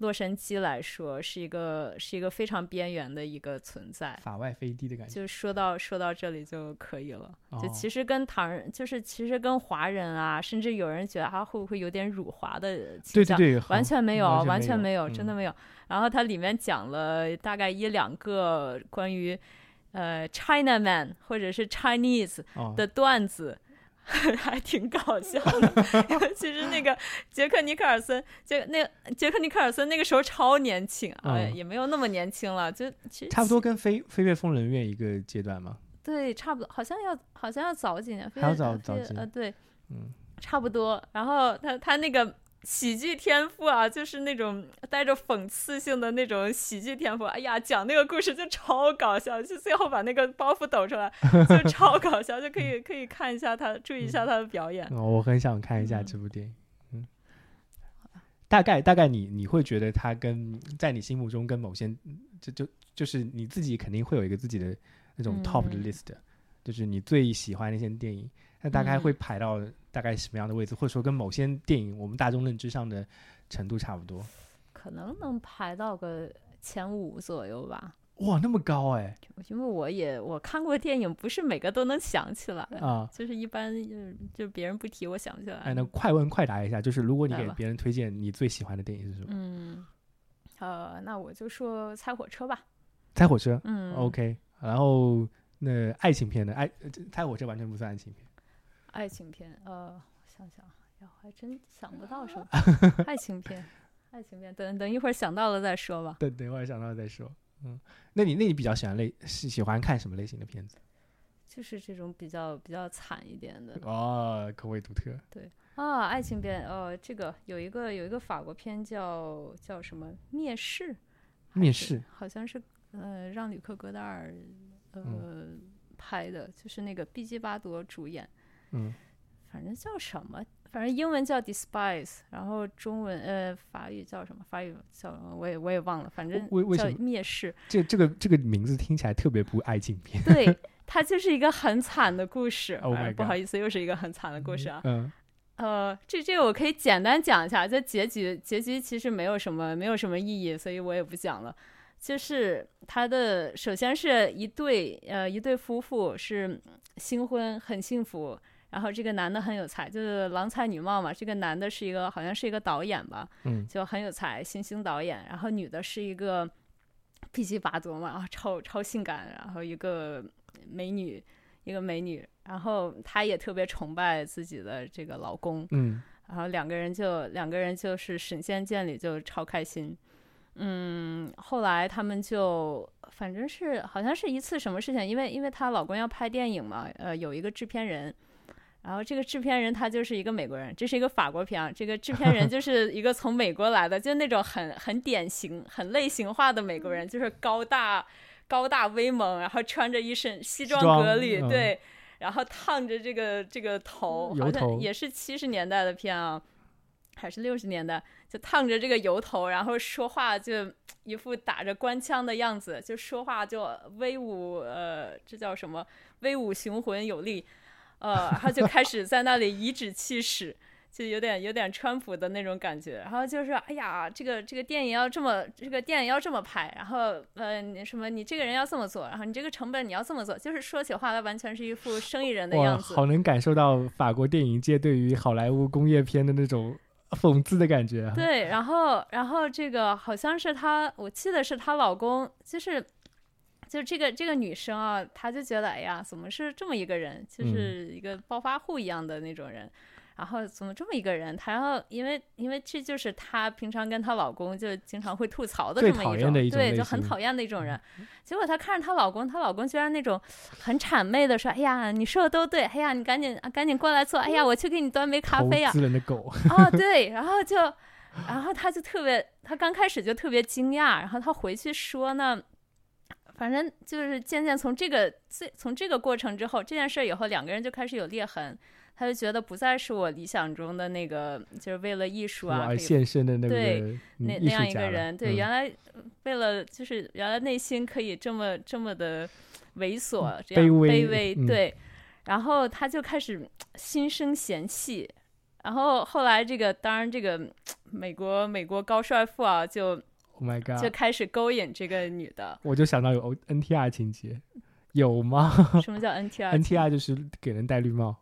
洛杉矶来说是一个是一个非常边缘的一个存在。
法外飞低的感觉，
就说到说到这里就可以了。就
哦
其实跟唐人，就是其实跟华人啊，甚至有人觉得啊，会不会有点辱华的倾
对对
向？
对，好
完全没有，
完
完
全
全
没
没
有
有，真
嗯
的没有。然后它里面讲了大概一两个关于呃 China man 或者是 Chinese
哦
的段子， [laughs] 还挺搞笑的。 [laughs] 尤其是那个杰克·尼克尔森，杰那个杰克·尼克尔森那个时候超年轻啊，
嗯
也没有那么年轻了，就其实
差不多跟飞飞越疯人院一个阶段嘛。
对，差不多，好像要好像要早几年，非
还要
常
早
呃
早
非
几
呃，
年
对，
嗯，
差不多。然后他他那个喜剧天赋啊，就是那种带着讽刺性的那种喜剧天赋。哎呀，讲那个故事就超搞笑，就最后把那个包袱抖出来，就超搞笑，就可以可以看一下他，注意一下他的表演。
哦我很想看一下
嗯
这部电影。嗯，大概大概你你会觉得它跟在你心目中跟某些就就就是你自己肯定会有一个自己的那种 top 的
嗯
list，、就是你最喜欢那些电影，那大概会
嗯
排到大概什么样的位置，或者说跟某些电影我们大众认知上的程度差不多。
可能能排到个前五左右吧，
哇，那么高哎
因为我也我看过电影，不是每个都能想起来。
啊！
就是一般就就别人不提，我想不起来。
哎，那快问快答一下，就是如果你
来
给
吧
别人推荐你最喜欢的电影是什么？
嗯，呃，那我就说猜火车吧。
猜火车。
嗯
OK，然后那爱情片的爱，呃这猜我这完全不算爱情片。
爱情片，呃，我想想，呀，我还真想不到什么爱情片。爱情片，等等一会儿想到了再说吧。
等等一会儿想到了再说。嗯，那你那你比较喜欢类是喜欢看什么类型的片子？
就是这种比较比较惨一点的
哦，口味独特。
啊，爱情片。呃，这个有一个有一个法国片叫叫什么《灭世》还是，
面试
好像是呃让吕克·格达尔呃、拍的，就是那个毕基巴朵主演。
嗯，
反正叫什么，反正英文叫 despise，然后中文呃法语叫什么？法语叫我也我也忘了，反正
为为
叫
什么
蔑视。
这这个这个名字听起来特别不爱情片。
对，它就是一个很惨的故事。
[laughs] Oh
哎
my
不好
God
意思，又是一个很惨的故事啊。
[laughs] 嗯
呃，这这个我可以简单讲一下，就结局结局其实没有什么没有什么意义，所以我也不讲了。就是他的首先是一对呃一对夫妇是新婚很幸福，然后这个男的很有才，就是郎才女貌嘛。这个男的是一个好像是一个导演吧， [laughs]
嗯，
就很有才，新兴导演。然后女的是一个脾气拔多嘛，啊，超超性感，然后一个美女，一个美女。然后她也特别崇拜自己的这个老公，
嗯
然后两个人就两个人就是神仙见里就超开心。嗯，后来他们就反正是好像是一次什么事情，因为因为她老公要拍电影嘛，呃，有一个制片人，然后这个制片人他就是一个美国人，这是一个法国片啊，这个制片人就是一个从美国来的，就那种很很典型、很类型化的美国人，就是高大、高大威猛，然后穿着一身西装
装
革履，
嗯
对，然后烫着这个这个头，
油
好像
头
也是七十年代的片啊，还是六十年代，就烫着这个油头，然后说话就一副打着官腔的样子，就说话就威武，呃，这叫什么？威武雄浑有力，呃，然后就开始在那里颐指气使，就有点有点川普的那种感觉。然后就是，哎呀，这个这个电影要这么，这个电影要这么拍，然后呃，你什么，你这个人要这么做，然后你这个成本你要这么做，就是说起话来完全是一副生意人的
哇，
样子。
好能感受到法国电影界对于好莱坞工业片的那种讽刺的感觉啊。
对，然后然后这个好像是她，我记得是她老公，就是就这个这个女生啊，她就觉得哎呀，怎么是这么一个人，
嗯
就是一个暴发户一样的那种人。然后怎么这么一个人？她然后因为因为这就是她平常跟她老公就经常会吐槽的
最
这么
讨
一
厌
种，
的一种
对，
类
就很
型嗯
讨厌的一种人。结果她看着她老公，她老公居然那种很谄媚的说：“哎呀，你说的都对，哎呀，你赶紧啊赶紧过来坐，哎呀，我去给你端杯咖
投
啡啊。”
资人的狗，
哦，对，然后就，然后他就特别，他刚开始就特别惊讶，然后他回去说呢，反正就是渐渐从这个最从这个过程之后，这件事儿以后，两个人就开始有裂痕，他就觉得不再是我理想中的那个，就是为了艺术啊，
而
可以
献身的那个
对
嗯
那
艺
那
术
样一
家
个
了
人，对，
嗯
原来呃为了就是原来内心可以这么这么的猥琐，这样
嗯卑
卑
微嗯
对，然后他就开始心生嫌弃，然后后来这个当然这个美国美国高帅富啊，就
，Oh my
就
God，，
开始勾引这个女的
[laughs] 我就想到有 O- NTR 情节，有吗？
什么叫 NTR？
NTR 就是给人戴绿帽，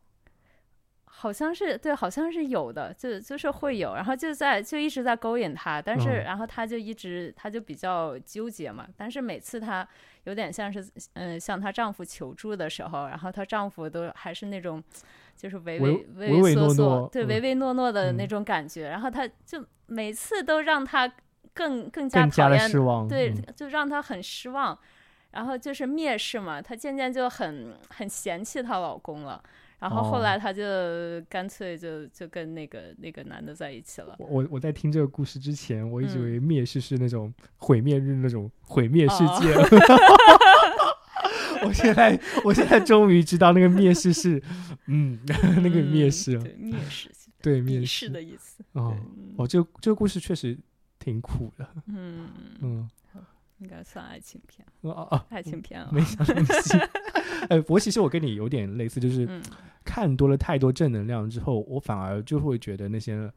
好像是对，好像是有的，就就是会有，然后就在就一直在勾引他，但是、
嗯
然后他就一直他就比较纠结嘛，但是每次她有点像是嗯向她丈夫求助的时候，然后她丈夫都还是那种就是唯
唯
唯
唯唯
缩
诺
缩，
诺
对
嗯
唯唯诺诺的那
嗯
种感觉，然后她就每次都让她更更加
更加
讨
的
厌
失望。
对
嗯，
就让她很失望，然后就是蔑视嘛，她渐渐就很很嫌弃她老公了，然后后
哦
来她就干脆就就跟那个那个男的在一起了。
我我我在听这个故事之前，我一直以为
嗯
蔑视是那种毁灭日那种毁灭世
哦
界。 [laughs] 我现在我现在终于知道那个蔑视是，嗯， [laughs] 那个蔑
嗯
视了，
对蔑视，
对
鄙
蔑
视
视
的意思。
哦
对
哦，这个这个故事确实挺苦的，
嗯，
嗯，
应该算爱情片，
哦哦哦，
爱情片啊。
没想到你
[laughs]
是，哎，我其实我跟你有点类似，就是
嗯
看多了太多正能量之后，我反而就会觉得那些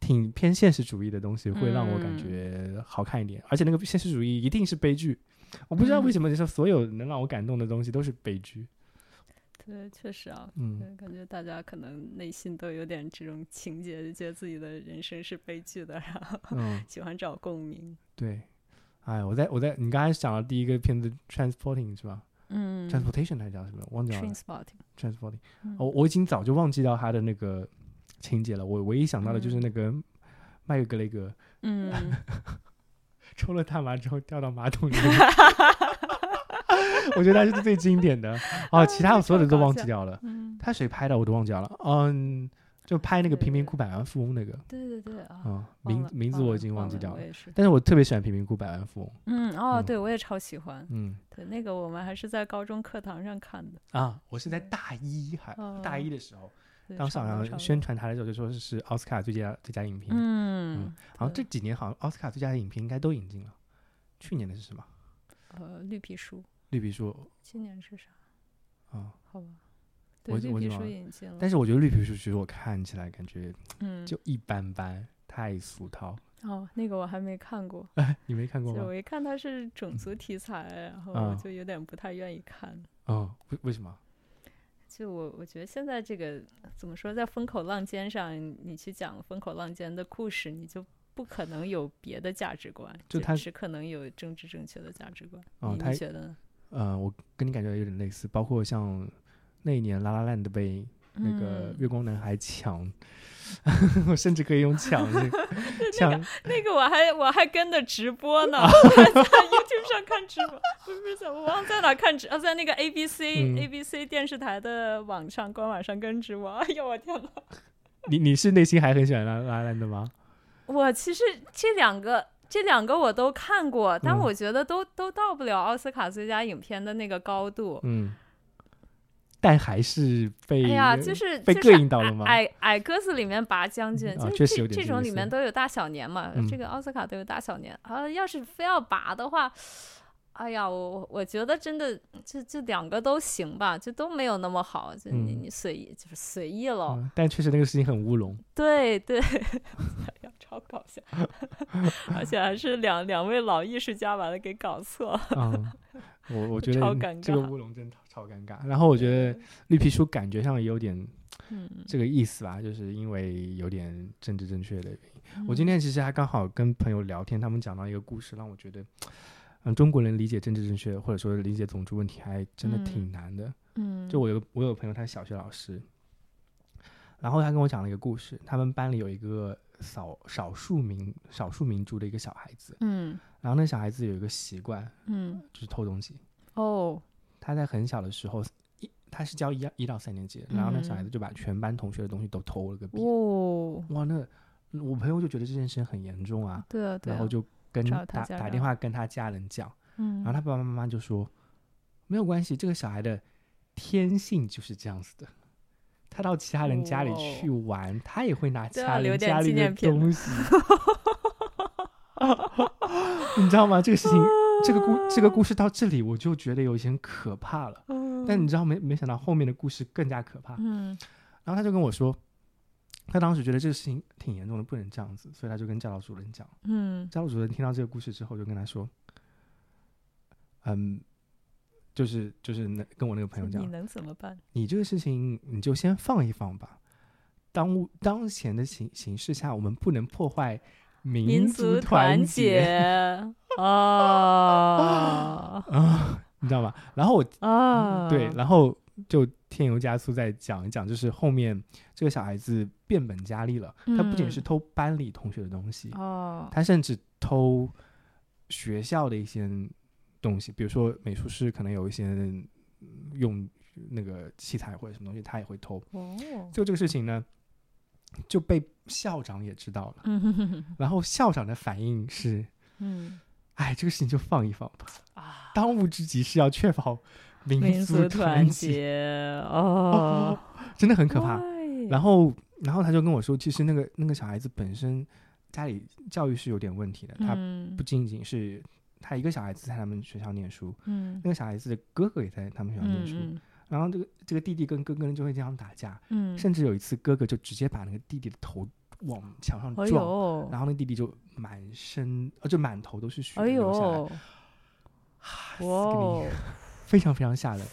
挺偏现实主义的东西会让我感
嗯
觉好看一点，而且那个现实主义一定是悲剧。我不知道为
嗯
什么，就是所有能让我感动的东西都是悲剧。
对，确实啊。
嗯，
对，感觉大家可能内心都有点这种情节，就觉得自己的人生是悲剧的，然后
嗯，
喜欢找共鸣。
对。哎，我在我在你刚才讲了第一个片子《Transporting》是吧、
嗯
t r a n s p o r t a t i o n 还叫什么？忘记了。
train spotting。
Transporting，
嗯
我、我已经早就忘记掉它的那个情节了。我唯一想到的就是那个麦克格雷格 [laughs]
嗯，
抽了大麻之后掉到马桶里面，我觉得那是最经典的。哦，
啊
其他我所有的都忘记掉了。
嗯，
他谁拍的我都忘记掉了。嗯，就拍那个《
对
贫民窟百万富翁》那个
对对对啊，
啊、
忘
名
了
名字
忘
我已
了
经忘
忘
记掉
我
了。
也是。
但是我特别喜欢《贫民窟百万富翁》。
嗯，哦，
嗯
对我也超喜欢。
嗯
对，那个我们还是在高中课堂上看的。
啊，我是在大一还、
哦
大一的时候，
对
当时
差
好
不多差
像
不
宣
多
传他的时候就说是奥斯卡最佳最佳影片。
嗯，
好像这
对
几年好像奥斯卡最佳的影片应该都引进了。去年的是什么？
呃，绿皮书
绿皮书
今年是啥？
啊、
好吧，
我
对，
记
绿
我记
皮
忘
书
了
引进了。
但是我觉得绿皮书其实我看起来感觉
嗯，
就一般般，太俗套。
哦，那个我还没看过，
你没看过
就
吗嗯
我？一看它是种族题材，然后
啊
我就有点不太愿意看。
哦，为为什么？
就我我觉得现在这个怎么说，在风口浪尖上，你去讲风口浪尖的故事，你就不可能有别的价值观，
就
只
它
只可能有政治正确的价值观。
哦
你
它
你觉得呢？
呃，我跟你感觉有点类似，包括像那一年《拉拉烂》的被那个
嗯
月光男孩抢， [laughs] 我甚至可以用抢
[laughs]
这个抢
[laughs] 那个我还我还跟着直播
[laughs]
呢，我还在 YouTube 上看直播，不是不是在，我忘了在哪看直，啊，在那个 ABC、
嗯
ABC 电视台的网上官网上跟直播。哎呦我天呐，
你你是内心还很喜欢拉拉烂的吗？
我其实这两个。这两个我都看过，但
嗯
我觉得都、都到不了奥斯卡最佳影片的那个高度。
嗯，但还是被
哎呀，就是
被
就是
膈应到了吗
矮矮矮个子里面拔将军，
嗯啊确
就是这
实有点
这
这
种
意
里
思
面都有大小年嘛，
嗯
[laughs] 这个奥斯卡都有大小年啊。要是非要拔的话，哎呀，我我我觉得真的就就两个都行吧，就都没有那么好，就你、
嗯
你随意就是随意喽。
嗯但确实那个事情很乌龙。
对对， [laughs] 哎呀，超搞笑， [laughs] 而且还是两两位老艺术家把它给搞错 [laughs] 了，
嗯，我我觉
超
得
尴
这个
尬
乌龙真超超尴尬。然后我觉得绿皮书感觉上也有点
嗯，
这个意思吧，就是因为有点政治正确的原因。我
嗯
今天其实还刚好跟朋友聊天，他们讲到一个故事，让我觉得，嗯，中国人理解政治正确或者说理解种族问题还真的挺难的。
嗯，
就我有个我有个朋友，他是小学老师，然后他跟我讲了一个故事，他们班里有一个少少数民少数民族的一个小孩子，
嗯
然后那小孩子有一个习惯，
嗯
就是偷东西。
哦
他在很小的时候，一他是教一二一到三年级，然后那
嗯
小孩子就把全班同学的东西都偷了个遍。
哦，
哇，那我朋友就觉得这件事很严重啊，
对啊对啊，
然后就跟
找他
打
家
打
长
电话跟他家人讲，
嗯，
然后他爸爸妈妈就说没有关系，这个小孩的天性就是这样子的。他到其他人家里去玩，他也会拿其
都要
他
留
人
点
家
纪
里的
念品
东
[laughs]
西，你知道吗？这个事
[laughs]
情，这个故这个故事到这里，我就觉得有一些可怕了。但你知道没？没想到后面的故事更加可怕。
哦嗯
然后他就跟我说，他当时觉得这个事情挺严重的，不能这样子，所以他就跟教导主任讲。
嗯
教导主任听到这个故事之后，就跟他说：“嗯，就是就是那跟我那个朋友
你
讲，
能怎么办？
你这个事情你就先放一放吧。当务当前的形形势下，我们不能破坏
民
民
族
团
结 [laughs] 啊
啊，你知道吗？然后我
啊！
对，然后就添油加醋再讲一讲，就是后面这个小孩子变本加厉了，他不仅
嗯
是偷班里同学的东西，
哦，
他甚至偷学校的一些东西，比如说美术室可能有一些嗯用那个器材或者什么东西，他也会偷。
哦，
就这个事情呢，就被校长也知道了，
嗯
然后校长的反应是：
[laughs] 嗯
哎，这个事情就放一放吧，
啊，
当务之急是要确保
民
民
族
族
团
团，
结哦，
真的很可怕。
Why？
然后，然后他就跟我说，其实那个那个小孩子本身家里教育是有点问题的，他
嗯
不仅仅是他一个小孩子在他们学校念书，
嗯
那个小孩子的哥哥也在他们学校念书，
嗯
然后这个这个弟弟跟哥哥呢就会经常打架，
嗯，
甚至有一次哥哥就直接把那个弟弟的头往墙上
哎
撞，
呦，
然后那弟弟就满身呃就满头都是血
哎
流下来，啊
呦，哇哦，
非常非常吓人。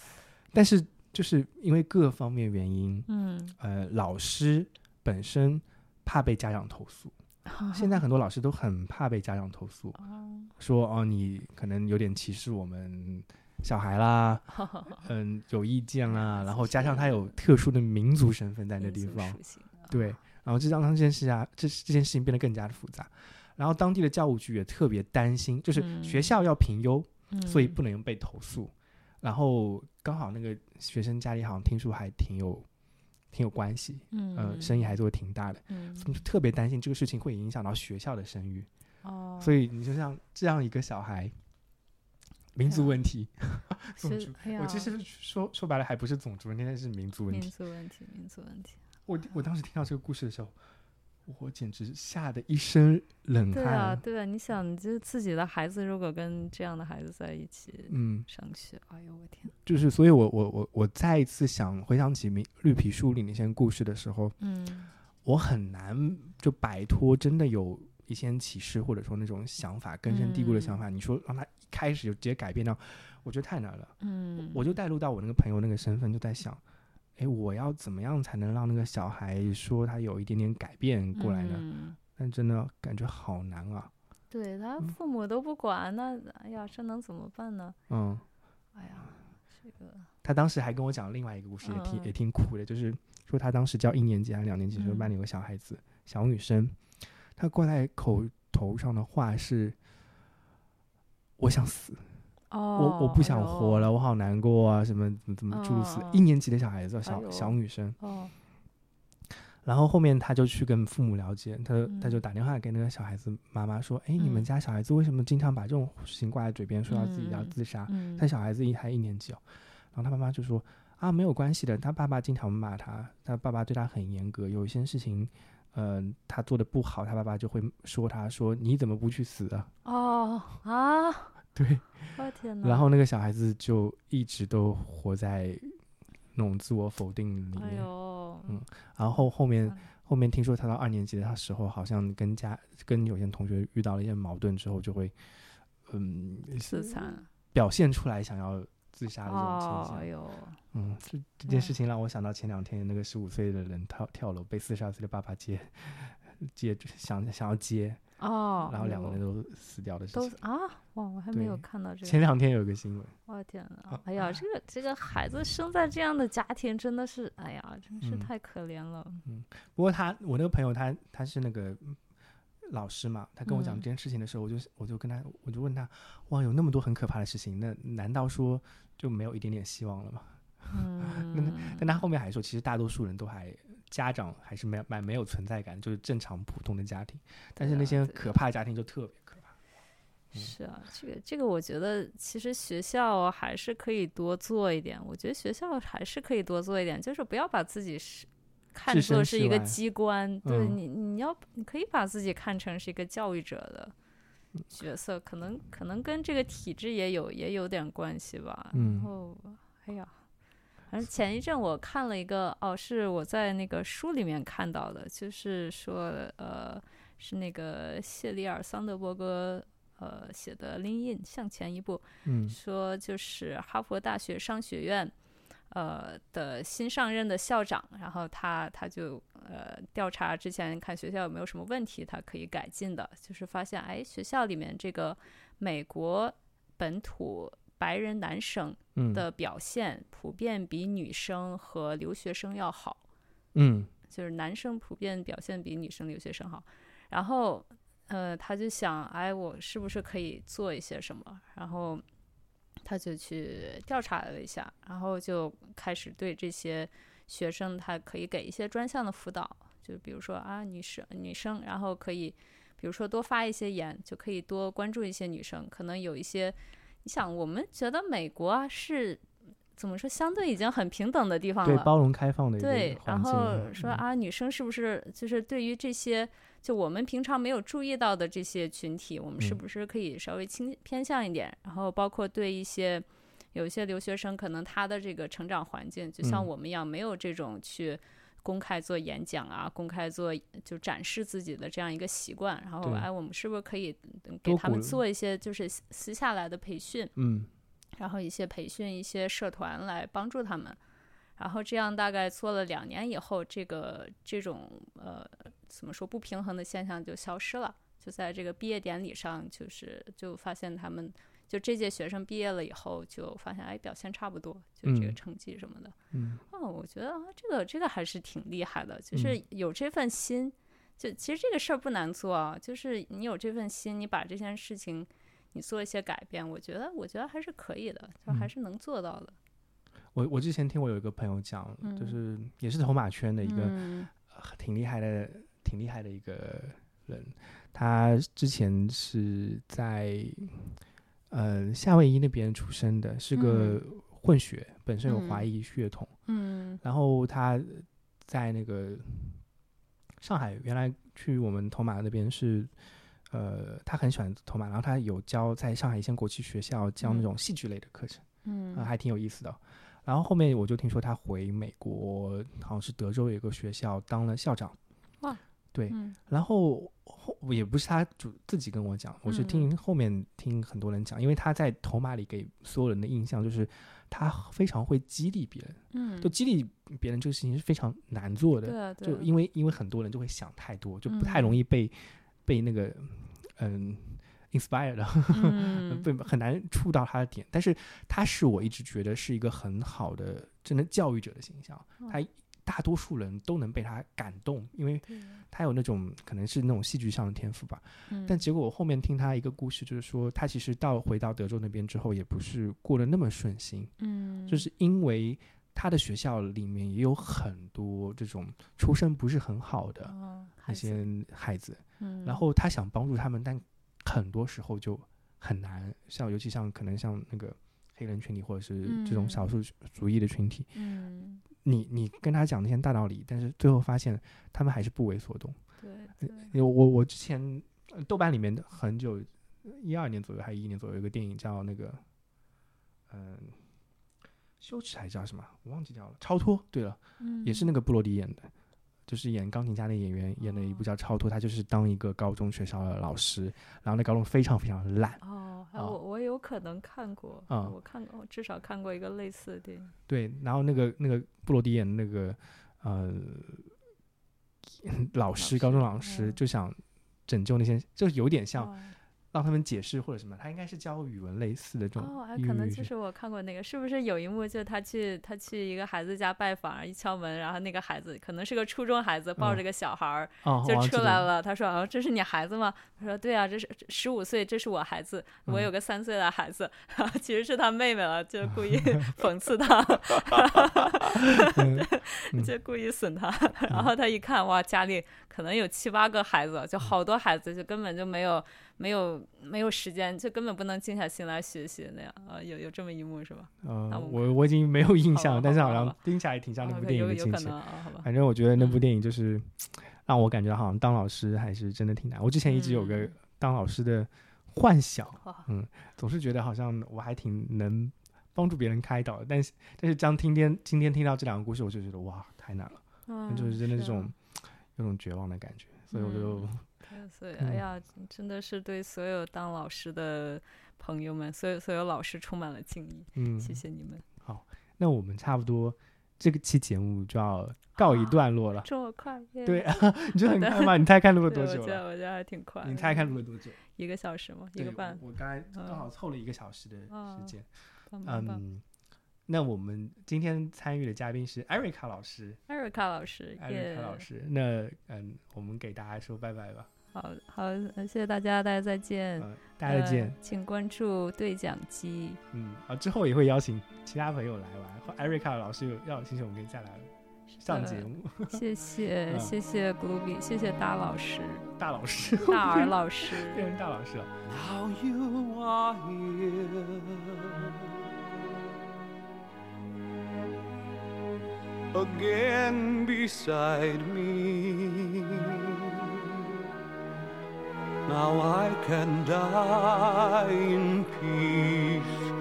但是就是因为各方面原因，
嗯，
呃，老师本身怕被家长投诉， [laughs]
啊
现
[laughs]
在很多老师都很怕被家长投诉，
哦
说哦你可能有点歧视我们小孩
[laughs]
啦，嗯，有意见啦，然后加上他有特殊的民族身份在那
民
地
族
方
属，性啊
对，然后这让这件事啊，这这件事情变得更加的复杂。然后当地的教务局也特别担心，就是
嗯
学校要评优，所以
嗯
不能被投诉。然后刚好那个学生家里好像听说还挺有挺有关系，
嗯
呃，生意还做的挺大的，
嗯
所以就特别担心这个事情会影响到学校的声誉。
哦，
所以你就像这样一个小孩，民族问题，种
是
族
哎呀
我其实说说白了还不是种族问题，但是民族问
民
题。
族问题，民族问题，
我我当时听到这个故事的时候，我简直吓得一身冷
对
汗。
啊，对啊，你想，你这自己的孩子如果跟这样的孩子在一起
嗯，
上学，哎呦我天，
就是，所以我我我我再一次想回想起民绿皮书里那些故事的时候，
嗯
我很难就摆脱真的有一些歧视或者说那种想法根深
嗯
蒂固的想法。你说让他一开始就直接改变到，我觉得太难了。
嗯，
我就带入到我那个朋友那个身份，就在想，哎，我要怎么样才能让那个小孩说他有一点点改变过来呢？
嗯
但真的感觉好难啊。
对他
嗯
父母都不管，那哎呀，这能怎么办呢？
嗯，
哎呀，这个
他当时还跟我讲另外一个故事，也挺、
嗯
也挺苦的，就是说他当时教一年级还是两年级的时候，
嗯
班里有个小孩子，小女生，她挂在口头上的话是：“我想死，
哦，
我我不
哎
想
呦
活了，我好难过啊，什么怎么怎么诸如此类。
嗯
一年级的小孩子，
哎
小
呦
小女生。
哦，
然后后面他就去跟父母了解，他
嗯
他就打电话给那个小孩子妈妈说：“哎，你们
嗯
家小孩子为什么经常把这种事情挂在嘴边，说要自己要
嗯嗯
自杀？
嗯
他小孩子一还一年级哦，然后他爸妈就说啊，没有关系的，他爸爸经常骂他，他爸爸对他很严格，有一些事情，呃，他做的不好，他爸爸就会说他说你怎么不去死啊？
哦啊，
[laughs] 对，
我天哪！
然后那个小孩子就一直都活在那种自我否定里
哎
面，
呦，
嗯然后后面
天哪
后面听说他到二年级的时候，好像跟家跟有些同学遇到了一些矛盾之后，就会嗯
自残
表现出来想要自杀的这种倾
哦，
向
哎。呦，
嗯，这这件事
哎
情让我想到前两天那个十五岁的人跳跳楼，被四十二岁的爸爸接接想想要接，
哦，
然后
哎
两个
呦
人都死掉的事
都
情。
啊，哇，我还没有
对
看到这
前
个，
两天有个新闻，
我的天呐
啊，
哎呀，这个这个孩子生在这样的家庭，真的是，哎呀，真是
嗯
太可怜了。
不过他我那个朋友他他是那个老师嘛，他跟我讲
嗯
这件事情的时候，我就我就跟他我就问他，哇，有那么多很可怕的事情，那难道说就没有一点点希望了吗？ [laughs]
嗯，
但他后面还说，其实大多数人都还家长还是蛮蛮没有存在感，就是正常普通的家庭，但是
对
那
啊
些
对
可
啊
怕的家庭就特别可怕。嗯
是啊，这个这个，我觉得其实学校还是可以多做一点。我觉得学校还是可以多做一点，就是不要把自己是看
置身
作是
事
一个
外
机关，对
嗯
你，你要你可以把自己看成是一个教育者的角色，可能可能跟这个体制也有也有点关系吧。
嗯
然后，哎呀。反正前一阵我看了一个，哦，是我在那个书里面看到的，就是说，呃，是那个谢里尔·桑德伯格呃写的《林印向前一步》，
嗯
说就是哈佛大学商学院呃的新上任的校长，然后他他就呃调查之前看学校有没有什么问题，它可以改进的，就是发现哎，学校里面这个美国本土白人男生
嗯
的表现普遍比女生和留学生要好。
嗯
就是男生普遍表现比女生留学生好。然后，呃，他就想，哎，我是不是可以做一些什么？然后他就去调查了一下，然后就开始对这些学生，他可以给一些专项的辅导，就比如说啊，女生女生，然后可以，比如说多发一些言，就可以多关注一些女生，可能有一些，你想，我们觉得美国啊是。怎么说？相对已经很平等的地方
对
了，
包容开放的一个
嗯对，然
环境
后
嗯
说啊，女生是不是就是对于这些就我们平常没有注意到的这些群体，我们是
嗯
不是可以稍微倾偏向一点？然后包括对一些有一些留学生，可能他的这个成长环境就像
嗯
我们一样，没有这种去公开做演讲啊、公开做就展示自己的这样一个习惯。然后
对
哎，我们是不是可以嗯给
多
他们
鼓
做一些就是私私下来的培训？
嗯
然后一些培训、一些社团来帮助他们。然后这样大概做了两年以后，这个这种呃怎么说不平衡的现象就消失了。就在这个毕业典礼上，就是就发现他们就这届学生毕业了以后，就发现哎表现差不多，就这个
嗯
成绩什么的。
嗯
哦，我觉得啊，这个这个还是挺厉害的，就是有这份心。就其实这个事儿不难做啊，就是你有这份心，你把这件事情你做一些改变，我觉得我觉得还是可以的，就还
嗯
是能做到的。
我我之前听我有一个朋友讲，就
嗯
是也是头马圈的一个
嗯
挺厉害的、挺厉害的一个人。他之前是在呃夏威夷那边出生的，是个混血，本身有华
嗯
裔血统。
嗯
然后他在那个上海，原来去我们头马那边是。呃，他很喜欢头马，然后他有教在上海一些国际学校教那
嗯
种戏剧类的课程。
嗯
啊，还挺有意思的。然后后面我就听说他回美国，好像是德州有一个学校当了校长。
哇，
对。
嗯
然后后也不是他主自己跟我讲，我是
嗯嗯
听后面听很多人讲，因为他在头马里给所有人的印象就是他非常会激励别人，
嗯，
就激励别人这个事情是非常难做的
对，啊对
就
啊，
因为因为很多人就会想太多，就不太
嗯
容易被、被那个嗯 inspire 到。
嗯
[laughs] 对，呃很难触到他的点。但是他是我一直觉得是一个很好的，真的教育者的形象。
嗯
他大多数人都能被他感动，因为
对啊
他有那种可能是那种戏剧上的天赋吧。
嗯
但结果我后面听他一个故事，就是说他其实到回到德州那边之后，也不是过得那么顺心，
嗯
就是因为。他的学校里面也有很多这种出身不是很好的
哦
那
孩子
些孩子，
嗯
然后他想帮助他们，但很多时候就很难，像尤其像可能像那个黑人群体或者是这种
嗯
少数族裔的群体，
嗯
你你跟他讲那些大道理，但是最后发现他们还是不为所动。呃
对对
因为我我之前呃豆瓣里面的很久，一二年左右还是一年左右，有个电影叫那个，嗯、羞耻还是叫什么？我忘记掉了。超脱，对了，
嗯
也是那个布罗迪演的，就是演钢琴家的演员演的一部叫《超脱》，他就是当一个高中学校的老师，然后那高中非常非常烂，
哦，哎
啊
我我有可能看过，
啊
我看过，我至少看过一个类似的电影。
对，然后那个那个布罗迪演的那个呃老师，
师
高中老师
嗯
就想拯救那些，就有点像
哦
让他们解释或者什么，他应该是教语文类似的这种
哦，哎，
英语学，
可能就是我看过那个，是不是有一幕就是他去他去一个孩子家拜访，一敲门，然后那个孩子可能是个初中孩子，抱
嗯
着个小孩儿、
哦，
就
我
出来。了。他说：“啊，这是你孩子吗？”他说：“对啊，这是十五岁，这是我孩子，我
嗯
有个三岁的孩子， [laughs] 然后其实是他妹妹了，就
[laughs]
故意
嗯
讽刺他， [laughs]
嗯
就故意损他。然后他一看，哇，家里可能有七八个孩子，就好多孩子，就根本就没有没有没有时间，就根本不能静下心来学习那样啊。有有这么一幕是吧？那
呃，
我们
我我已经没有印
好
象
吧
了，但是
好吧
好
好
像
吧
听起来挺像那
啊
部
可
电影
有
的
有
情
可
节
能。啊，好吧。
反正我觉得那部
嗯
电影就是让我感觉好像当老师还是真的挺难。我之前一直有个
嗯
当老师的幻想，
哇
总是觉得好像我还挺能帮助别人开导的，但是但是将今天今天听到这两个故事，我就觉得哇，太难了，
嗯
就是真的这
啊
种有种绝望的感觉，所以我就、
对所以，
嗯
哎呀，真的是对所有当老师的朋友们，所有所有老师充满了敬意，
嗯，
谢谢你们。
那我们差不多这个期节目就要告一段落了。
祝我快乐。
对，你觉得很快吗？你猜看录了多
对，我
久
觉得
了？
我觉得还挺快。
你猜看录了多久？
一个小时吗？一
对
个半，
我我刚才刚
嗯
好凑了一个小时的时
嗯
间。
半半半。
嗯，那我们今天参与的嘉宾是艾瑞卡老师，
艾瑞卡老师，
艾瑞
耶
卡！老师。那嗯，我们给大家说拜拜吧。
好好，呃谢谢大家，大家再见，
嗯，大家再见
呃。请关注对讲机，
嗯，啊，之后也会邀请其他朋友来玩，或艾瑞卡老师有邀请我们可以再来上节目。 [laughs]
谢谢
嗯
谢谢 g l u b y 谢谢大
[laughs]
老师、
大老师，
大耳老师，
变成大老师了。
Now you are here again beside me. Now I can die in peace,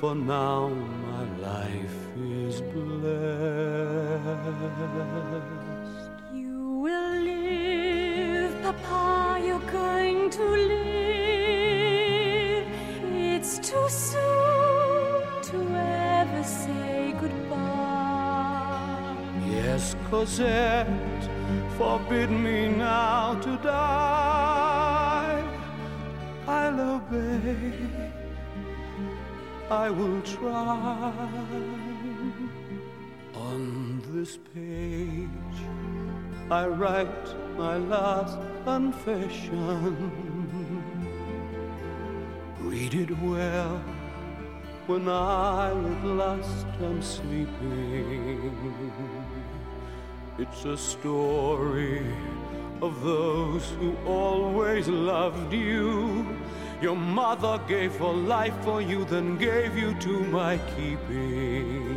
for now my life is blessed.
You will live, Papa. You're going to live. It's too soon to ever say goodbye.
Yes, Cosette, forbid me now to die. I'll obey. I will try. On this page, I write my last confession. Read it well when I at last am sleeping. It's a story of those who always loved you. Your mother gave her life for you, then gave you to my keeping.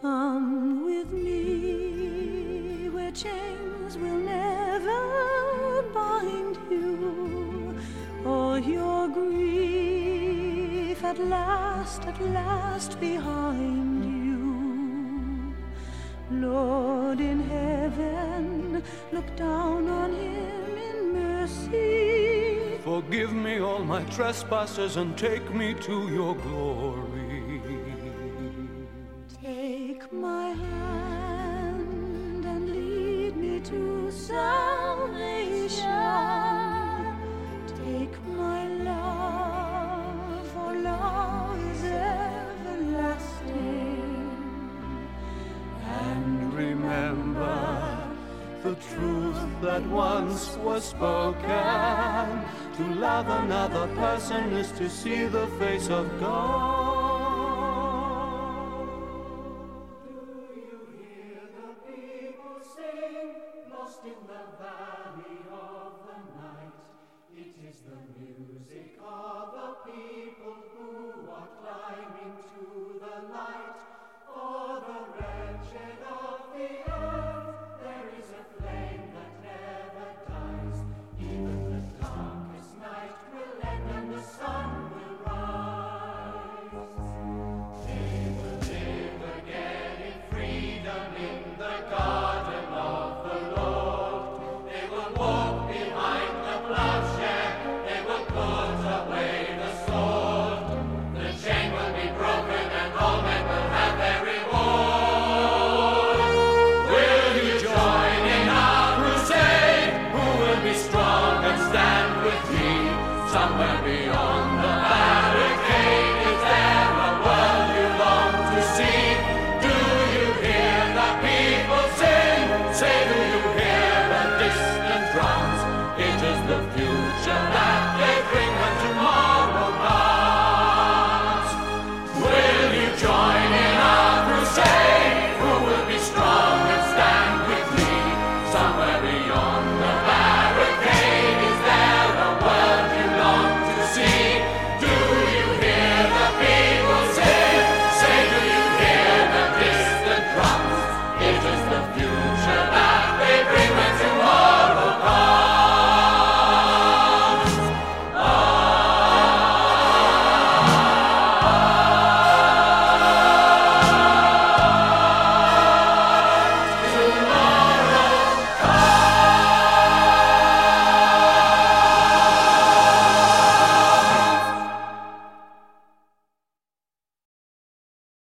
Come with me where chains will never bind you, or your grief at last, at last behind you. Lord in heaven, look down on him in mercy.
Forgive me all my trespasses and take me to your glory.
Take my hand and lead me to salvation. Take my love, for love is everlasting.
and remember the truth that once was spoken. To love another person is to see the face of God.